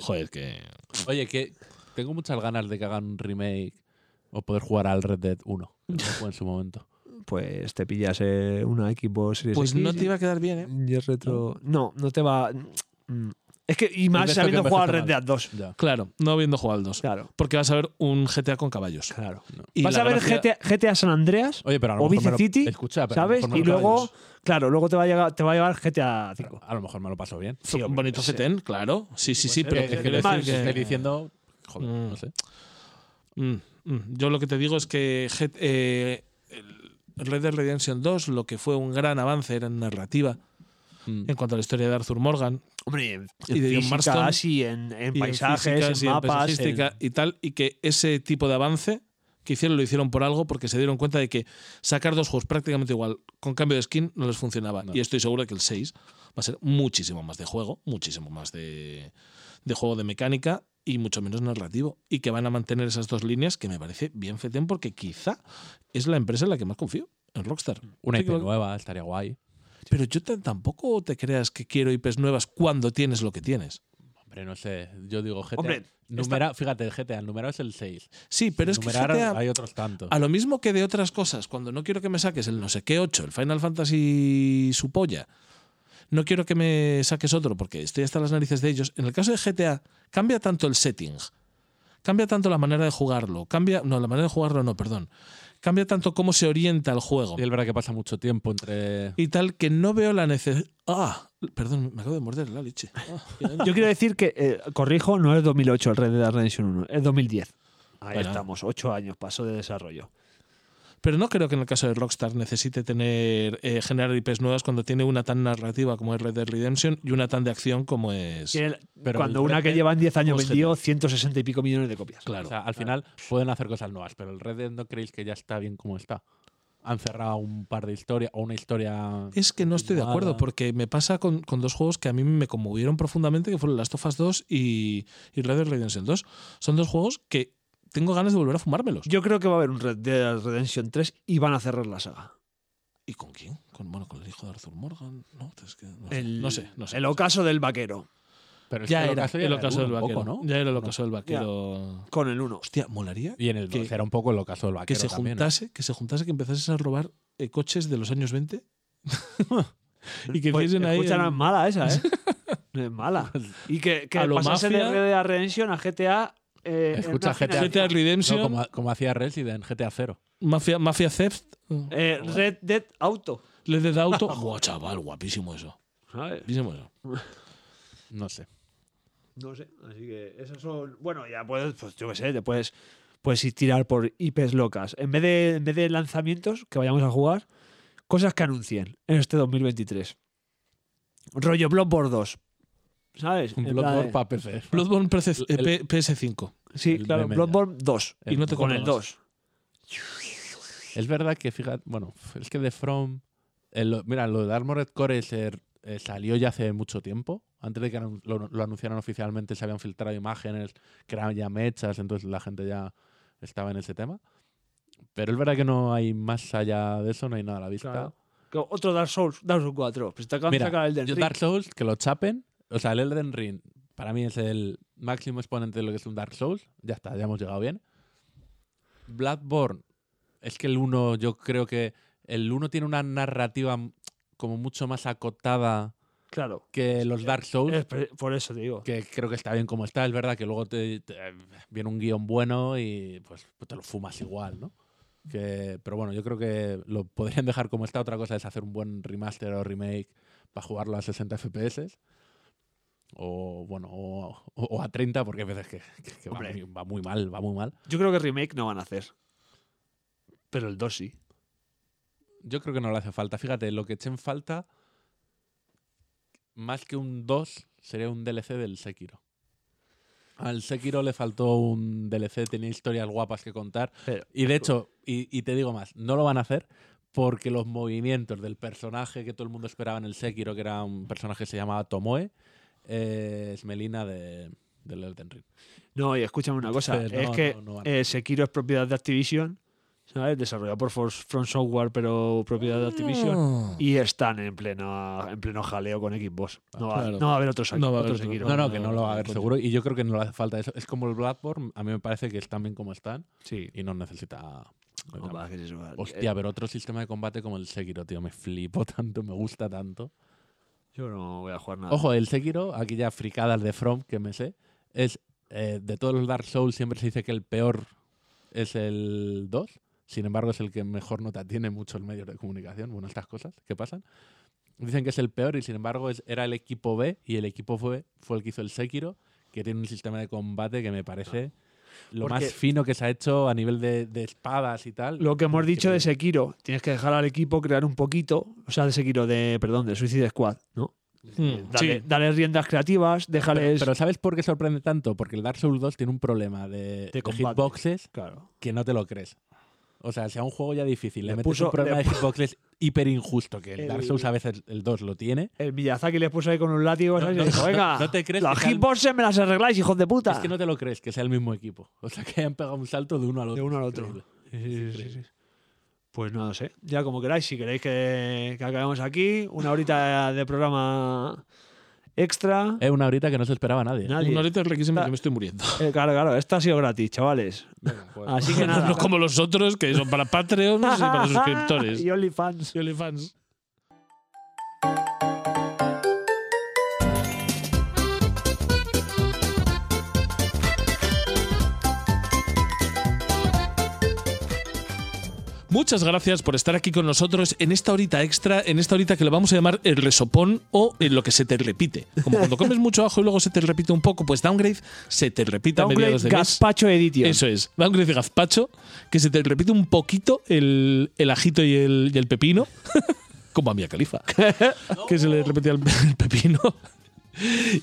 [SPEAKER 1] Joder, que.
[SPEAKER 2] Oye, que tengo muchas ganas de que hagan un remake o poder jugar al Red Dead 1. que lo jugué en su momento.
[SPEAKER 3] Pues te pillas eh, una Xbox Series
[SPEAKER 1] Pues
[SPEAKER 3] X
[SPEAKER 1] no te iba a quedar bien, ¿eh?
[SPEAKER 3] Mm, y el retro... No, no te va... Mm. Es que, y
[SPEAKER 2] Es de
[SPEAKER 3] más
[SPEAKER 2] esto
[SPEAKER 3] sabiendo
[SPEAKER 2] que
[SPEAKER 3] jugar al Red
[SPEAKER 2] envejece
[SPEAKER 3] Dead 2.
[SPEAKER 2] Ya.
[SPEAKER 1] Claro, no habiendo jugado al 2.
[SPEAKER 3] Claro,
[SPEAKER 1] Porque vas a ver un GTA con caballos.
[SPEAKER 3] claro.
[SPEAKER 1] Y
[SPEAKER 3] Vas
[SPEAKER 1] la
[SPEAKER 3] a ver
[SPEAKER 1] gracia-
[SPEAKER 3] GTA, GTA San Andreas,
[SPEAKER 2] Oye, pero a lo
[SPEAKER 3] o
[SPEAKER 2] mejor
[SPEAKER 3] Vice
[SPEAKER 2] me lo-
[SPEAKER 3] City,
[SPEAKER 2] escucha, pero a lo
[SPEAKER 3] ¿sabes?
[SPEAKER 2] mejor me
[SPEAKER 3] Y
[SPEAKER 2] lo
[SPEAKER 3] luego,
[SPEAKER 2] paso-
[SPEAKER 3] claro, luego te va a llegar, te va a llevar GTA 5.
[SPEAKER 2] a lo mejor me lo paso bien.
[SPEAKER 3] Sí,
[SPEAKER 1] un
[SPEAKER 3] hombre,
[SPEAKER 1] bonito
[SPEAKER 3] sí.
[SPEAKER 1] CTN, claro. Sí, sí, sí,
[SPEAKER 3] Puede
[SPEAKER 1] pero
[SPEAKER 3] ser,
[SPEAKER 1] que
[SPEAKER 2] es que
[SPEAKER 1] quiero
[SPEAKER 3] es
[SPEAKER 2] estoy-
[SPEAKER 1] decir
[SPEAKER 3] más,
[SPEAKER 1] que-
[SPEAKER 2] estoy diciendo, joder,
[SPEAKER 1] Mm.
[SPEAKER 2] no sé.
[SPEAKER 1] Mm, mm. Yo lo que te digo es que Get- eh, el Red Dead Redemption 2 lo que fue un gran avance era en narrativa
[SPEAKER 2] Mm.
[SPEAKER 1] en cuanto a la historia de Arthur Morgan
[SPEAKER 3] Hombre, en
[SPEAKER 1] Y de John
[SPEAKER 3] físicas
[SPEAKER 1] Marston.
[SPEAKER 3] y en, en
[SPEAKER 1] y en
[SPEAKER 3] paisajes, en,
[SPEAKER 1] físicas y en
[SPEAKER 3] mapas. en-
[SPEAKER 1] paisajística y tal y que ese tipo de avance que hicieron lo hicieron por algo porque se dieron cuenta de que sacar dos juegos prácticamente igual con cambio de skin no les funcionaba
[SPEAKER 2] No.
[SPEAKER 1] y estoy seguro de que el 6 va a ser muchísimo más de juego, muchísimo más de, de juego de mecánica y mucho menos narrativo y que van a mantener esas dos líneas que me parece bien fetén porque quizá es la empresa en la que más confío, en Rockstar.
[SPEAKER 2] Una
[SPEAKER 1] Sí
[SPEAKER 2] IP
[SPEAKER 1] que lo-
[SPEAKER 2] nueva estaría guay.
[SPEAKER 1] Pero yo t- tampoco te creas que quiero IPs nuevas cuando tienes lo que tienes.
[SPEAKER 2] Hombre, no sé. Yo digo GTA.
[SPEAKER 3] Hombre,
[SPEAKER 2] numera- Fíjate, GTA, el numerado es el 6.
[SPEAKER 1] Sí, pero es que
[SPEAKER 2] numerar,
[SPEAKER 1] GTA
[SPEAKER 2] hay otros tantos.
[SPEAKER 1] A lo mismo que de otras cosas, cuando no quiero que me saques el no sé qué 8, el Final Fantasy su polla, no quiero que me saques otro porque estoy hasta las narices de ellos. En el caso de GTA, cambia tanto el setting, cambia tanto la manera de jugarlo, cambia. No, la manera de jugarlo no, perdón. Cambia tanto cómo se orienta el juego.
[SPEAKER 2] Y es verdad que pasa mucho tiempo entre.
[SPEAKER 1] Y tal que no veo la necesidad. Ah, perdón, me acabo de morder la leche. Ah, qué daño.
[SPEAKER 3] Yo quiero decir que, eh, corrijo, no es 2008 el Red Dead Redemption 1, es 2010. Ahí
[SPEAKER 1] Bueno.
[SPEAKER 3] estamos, ocho años, paso de desarrollo.
[SPEAKER 1] Pero no creo que en el caso de Rockstar necesite tener eh, generar IPs nuevas cuando tiene una tan narrativa como es Red Dead Redemption y una tan de acción como es.
[SPEAKER 3] Que el-
[SPEAKER 2] Pero
[SPEAKER 3] cuando
[SPEAKER 2] el
[SPEAKER 3] una
[SPEAKER 2] Red
[SPEAKER 3] que
[SPEAKER 2] Dead
[SPEAKER 3] llevan 10 años
[SPEAKER 1] pues,
[SPEAKER 3] vendió 160 y pico millones de copias.
[SPEAKER 1] Claro.
[SPEAKER 2] O sea, al final pueden hacer cosas nuevas, pero el Red Dead no creéis que ya está bien como está. Han cerrado un par de historias o una historia.
[SPEAKER 1] Es que no estoy de acuerdo,
[SPEAKER 2] Nada.
[SPEAKER 1] porque me pasa con, con dos juegos que a mí me conmovieron profundamente, que fueron Last of Us 2 y, y Red Dead Redemption 2. Son dos juegos que tengo ganas de volver a fumármelos.
[SPEAKER 3] Yo creo que va a haber un Red Dead Redemption 3 y van a cerrar la saga.
[SPEAKER 1] ¿Y con quién? Con, bueno, con el hijo de Arthur Morgan. No, es que no, sé.
[SPEAKER 3] El,
[SPEAKER 1] no sé, no sé.
[SPEAKER 3] El ocaso del vaquero
[SPEAKER 2] Pero es
[SPEAKER 1] ya
[SPEAKER 2] que
[SPEAKER 1] era
[SPEAKER 2] ocaso ya
[SPEAKER 1] el
[SPEAKER 2] era
[SPEAKER 1] ocaso del
[SPEAKER 2] uno un
[SPEAKER 1] vaquero.
[SPEAKER 2] poco, ¿no?
[SPEAKER 1] Ya era el ocaso del vaquero.
[SPEAKER 3] con el 1.
[SPEAKER 1] Hostia, molaría
[SPEAKER 2] Y en el
[SPEAKER 1] Que-
[SPEAKER 2] 12 era un poco el ocaso del
[SPEAKER 1] que
[SPEAKER 2] vaquero.
[SPEAKER 1] se
[SPEAKER 2] también, ¿eh?
[SPEAKER 1] juntase, que se juntase, que empezases a robar eh, coches de los años 20. y que
[SPEAKER 3] Pues,
[SPEAKER 1] hiciesen ahí.
[SPEAKER 3] escucha,
[SPEAKER 1] el-
[SPEAKER 3] no es mala esa, ¿eh? No es mala. Y que, que
[SPEAKER 1] A lo
[SPEAKER 3] pasase de
[SPEAKER 1] Mafia.
[SPEAKER 3] Red Dead Redemption a GTA. eh, en
[SPEAKER 2] Escucha,
[SPEAKER 3] una
[SPEAKER 2] GTA.
[SPEAKER 1] GTA
[SPEAKER 3] generación.
[SPEAKER 1] Redemption,
[SPEAKER 2] No, como, como hacía Resident GTA 0.
[SPEAKER 1] Mafia, Mafia Theft,
[SPEAKER 3] Eh, Red Dead Auto.
[SPEAKER 1] Led Dead Auto. Guau, chaval, guapísimo eso.
[SPEAKER 3] ¿sabes?
[SPEAKER 1] Guapísimo eso.
[SPEAKER 2] No sé.
[SPEAKER 3] No sé, así que esos son. Bueno, ya puedes, pues yo qué sé, te puedes, puedes ir tirar por IPs locas. En vez, de, en vez de lanzamientos que vayamos a jugar, cosas que anuncien en este 2023. Rollo Bloodborne 2. ¿Sabes?
[SPEAKER 2] Un
[SPEAKER 3] En plan
[SPEAKER 2] Bloodborne
[SPEAKER 3] de-
[SPEAKER 2] para PC.
[SPEAKER 1] Bloodborne PC eh,
[SPEAKER 2] El-
[SPEAKER 1] P- PS5.
[SPEAKER 3] Sí,
[SPEAKER 2] el
[SPEAKER 3] claro,
[SPEAKER 2] meme ya.
[SPEAKER 3] Bloodborne 2.
[SPEAKER 1] Y no te
[SPEAKER 3] con el
[SPEAKER 1] controlas.
[SPEAKER 3] 2.
[SPEAKER 2] Es verdad que, fíjate, bueno, es que The From. el- mira, lo de Armored Core se- eh, salió ya hace mucho tiempo. Antes de que anun- lo, lo anunciaran oficialmente, se habían filtrado imágenes, que eran ya mechas, entonces la gente ya estaba en ese tema. Pero es verdad que no hay más allá de eso, no hay nada a la vista.
[SPEAKER 3] Claro. Que Otro Dark Souls, Dark Souls 4. Pues te acaban de
[SPEAKER 2] Mira,
[SPEAKER 3] sacar el del
[SPEAKER 2] yo Dark Souls, que lo chapen. O sea, el Elden Ring, para mí es el máximo exponente de lo que es un Dark Souls. Ya está, ya hemos llegado bien. Bloodborne, es que el 1, yo creo que el 1 tiene una narrativa m- como mucho más acotada
[SPEAKER 3] Claro.
[SPEAKER 2] que los Dark Souls,
[SPEAKER 3] Es pre- por eso te digo.
[SPEAKER 2] que creo que está bien como está. Es verdad que luego te, te- viene un guión bueno y pues, pues te lo fumas igual, ¿no? Que, pero bueno, yo creo que lo podrían dejar como está. Otra cosa es hacer un buen remaster o remake para jugarlo a 60 FPS. O bueno, o, o- o a 30, porque hay veces que, que- que va,
[SPEAKER 3] Hombre.
[SPEAKER 2] muy, va muy mal, va muy mal.
[SPEAKER 3] Yo creo que remake no van a hacer. Pero el 2 sí.
[SPEAKER 2] Yo creo que no le hace falta. Fíjate, lo que echen falta, más que un 2, sería un DLC del Sekiro. Al Sekiro le faltó un DLC, tenía historias guapas que contar.
[SPEAKER 3] Pero- pues,
[SPEAKER 2] Y de hecho, y, y te digo más, no lo van a hacer porque los movimientos del personaje que todo el mundo esperaba en el Sekiro, que era un personaje que se llamaba Tomoe, eh, es Melina de, del Elden Ring.
[SPEAKER 3] No, y escúchame una cosa.
[SPEAKER 2] Entonces,
[SPEAKER 3] es
[SPEAKER 2] no,
[SPEAKER 3] que
[SPEAKER 2] no, no van a-
[SPEAKER 3] eh, Sekiro es propiedad de Activision, ¿sabes? Desarrollado por For- From Software, pero propiedad de Activision.
[SPEAKER 2] Mm.
[SPEAKER 1] No.
[SPEAKER 3] Y están en pleno, en pleno jaleo con Xbox. No va,
[SPEAKER 1] Claro.
[SPEAKER 3] no va a haber otro, Sek-
[SPEAKER 1] No va a
[SPEAKER 3] otro
[SPEAKER 1] haber otro.
[SPEAKER 3] Sekiro.
[SPEAKER 2] No, no, que no lo va a
[SPEAKER 1] no,
[SPEAKER 2] haber
[SPEAKER 1] coño.
[SPEAKER 2] seguro. Y yo creo que no le hace falta eso. Es como el Bloodborne, a mí me parece que están bien como están.
[SPEAKER 3] Sí.
[SPEAKER 2] y no necesita.
[SPEAKER 3] No, va, que es eso, va.
[SPEAKER 2] Hostia, pero otro sistema de combate como el Sekiro, tío, me flipo tanto, me gusta tanto.
[SPEAKER 3] Yo no voy a jugar nada.
[SPEAKER 2] Ojo, el Sekiro, aquí ya fricadas de From, que me sé, es eh, de todos los Dark Souls siempre se dice que el peor es el 2, sin embargo es el que mejor nota tiene mucho el medio de comunicación, bueno, estas cosas que pasan. Dicen que es el peor y sin embargo es- era el equipo B y el equipo B fue el que hizo el Sekiro, que tiene un sistema de combate que me parece lo
[SPEAKER 3] Porque-
[SPEAKER 2] más fino que se ha hecho a nivel de, de espadas y tal.
[SPEAKER 3] Lo que hemos dicho de
[SPEAKER 2] Sekiro
[SPEAKER 3] Sekiro, tienes que dejar al equipo crear un poquito, o sea, de Sekiro, de, perdón, de Suicide Squad, ¿no?
[SPEAKER 1] Mm,
[SPEAKER 3] Dale,
[SPEAKER 1] sí.
[SPEAKER 3] dale riendas creativas, déjales...
[SPEAKER 2] Pero ¿sabes por qué sorprende tanto? Porque el Dark Souls 2 tiene un problema de, de
[SPEAKER 3] combate.
[SPEAKER 2] hitboxes
[SPEAKER 3] claro.
[SPEAKER 2] que no te lo crees. O sea, sea un juego ya difícil, le,
[SPEAKER 3] Le
[SPEAKER 2] metes
[SPEAKER 3] puso-
[SPEAKER 2] un problema
[SPEAKER 3] le
[SPEAKER 2] de hitboxes hiper injusto, que el,
[SPEAKER 3] El-
[SPEAKER 2] Dark Souls a veces el 2 lo tiene.
[SPEAKER 3] El Miyazaki les puso ahí con un látigo ¿sabes?
[SPEAKER 2] no,
[SPEAKER 3] y dijo,
[SPEAKER 2] no,
[SPEAKER 3] venga,
[SPEAKER 2] no te crees que
[SPEAKER 3] las
[SPEAKER 2] sea el-
[SPEAKER 3] hitboxes me las arregláis, hijos de puta.
[SPEAKER 2] Es que no te lo crees, que sea el mismo equipo. O sea, que hayan pegado un salto de uno al
[SPEAKER 3] de
[SPEAKER 2] otro.
[SPEAKER 3] uno al
[SPEAKER 2] es
[SPEAKER 3] otro. Sí,
[SPEAKER 2] increíble.
[SPEAKER 3] sí, sí, sí, sí. Pues no lo sé. Ya como queráis, si queréis que, que acabemos aquí, una horita de programa extra.
[SPEAKER 2] Es una horita que no se esperaba nadie.
[SPEAKER 3] Nadie.
[SPEAKER 1] Una horita es riquísima
[SPEAKER 3] Está-
[SPEAKER 1] que me estoy muriendo.
[SPEAKER 3] Eh, claro, claro, esto ha sido gratis, chavales. Así que nada.
[SPEAKER 1] No como los otros, que son para Patreons y para suscriptores.
[SPEAKER 3] y OnlyFans.
[SPEAKER 1] Y OnlyFans. Muchas gracias por estar aquí con nosotros en esta horita extra, en esta horita que lo vamos a llamar el resopón o en lo que se te repite. Como cuando comes mucho ajo y luego se te repite un poco, pues downgrade se te repite a
[SPEAKER 3] Downgrade
[SPEAKER 1] mediados de mes.
[SPEAKER 3] Gazpacho Edition.
[SPEAKER 1] Eso es. Downgrade gazpacho, que se te repite un poquito el, el ajito y el, y el pepino. Como a Mia Califa, que se le repetía el, el pepino.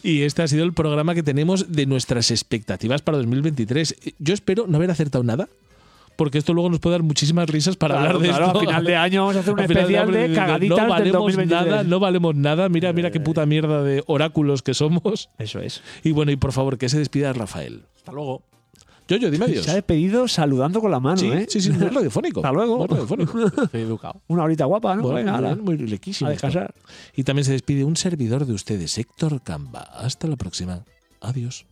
[SPEAKER 1] Y este ha sido el programa que tenemos de nuestras expectativas para 2023. Yo espero no haber acertado nada, porque esto luego nos puede dar muchísimas risas para
[SPEAKER 3] Claro,
[SPEAKER 1] hablar de
[SPEAKER 3] claro,
[SPEAKER 1] esto.
[SPEAKER 3] A final de año vamos a hacer un
[SPEAKER 1] Al final
[SPEAKER 3] especial
[SPEAKER 1] habré
[SPEAKER 3] de,
[SPEAKER 1] dicho,
[SPEAKER 3] cagaditas
[SPEAKER 1] no
[SPEAKER 3] del
[SPEAKER 1] valemos
[SPEAKER 3] 2023.
[SPEAKER 1] nada, no valemos nada. Mira, mira qué puta mierda de oráculos que somos.
[SPEAKER 3] Eso es.
[SPEAKER 1] Y bueno, y por favor, que se despida Rafael.
[SPEAKER 2] Hasta luego.
[SPEAKER 1] Yo, yo, dime adiós.
[SPEAKER 3] Se ha despedido saludando con la mano,
[SPEAKER 1] Sí,
[SPEAKER 3] ¿eh?
[SPEAKER 1] sí, sí, muy radiofónico.
[SPEAKER 3] Hasta luego.
[SPEAKER 1] Muy radiofónico.
[SPEAKER 2] Estoy educado.
[SPEAKER 3] Una horita guapa, ¿no?
[SPEAKER 1] Bueno,
[SPEAKER 3] Venga,
[SPEAKER 1] muy
[SPEAKER 3] hala.
[SPEAKER 1] bien, muy riquísimo.
[SPEAKER 3] a descansar.
[SPEAKER 1] Y también se despide un servidor de ustedes, Héctor Camba. Hasta la próxima. Adiós.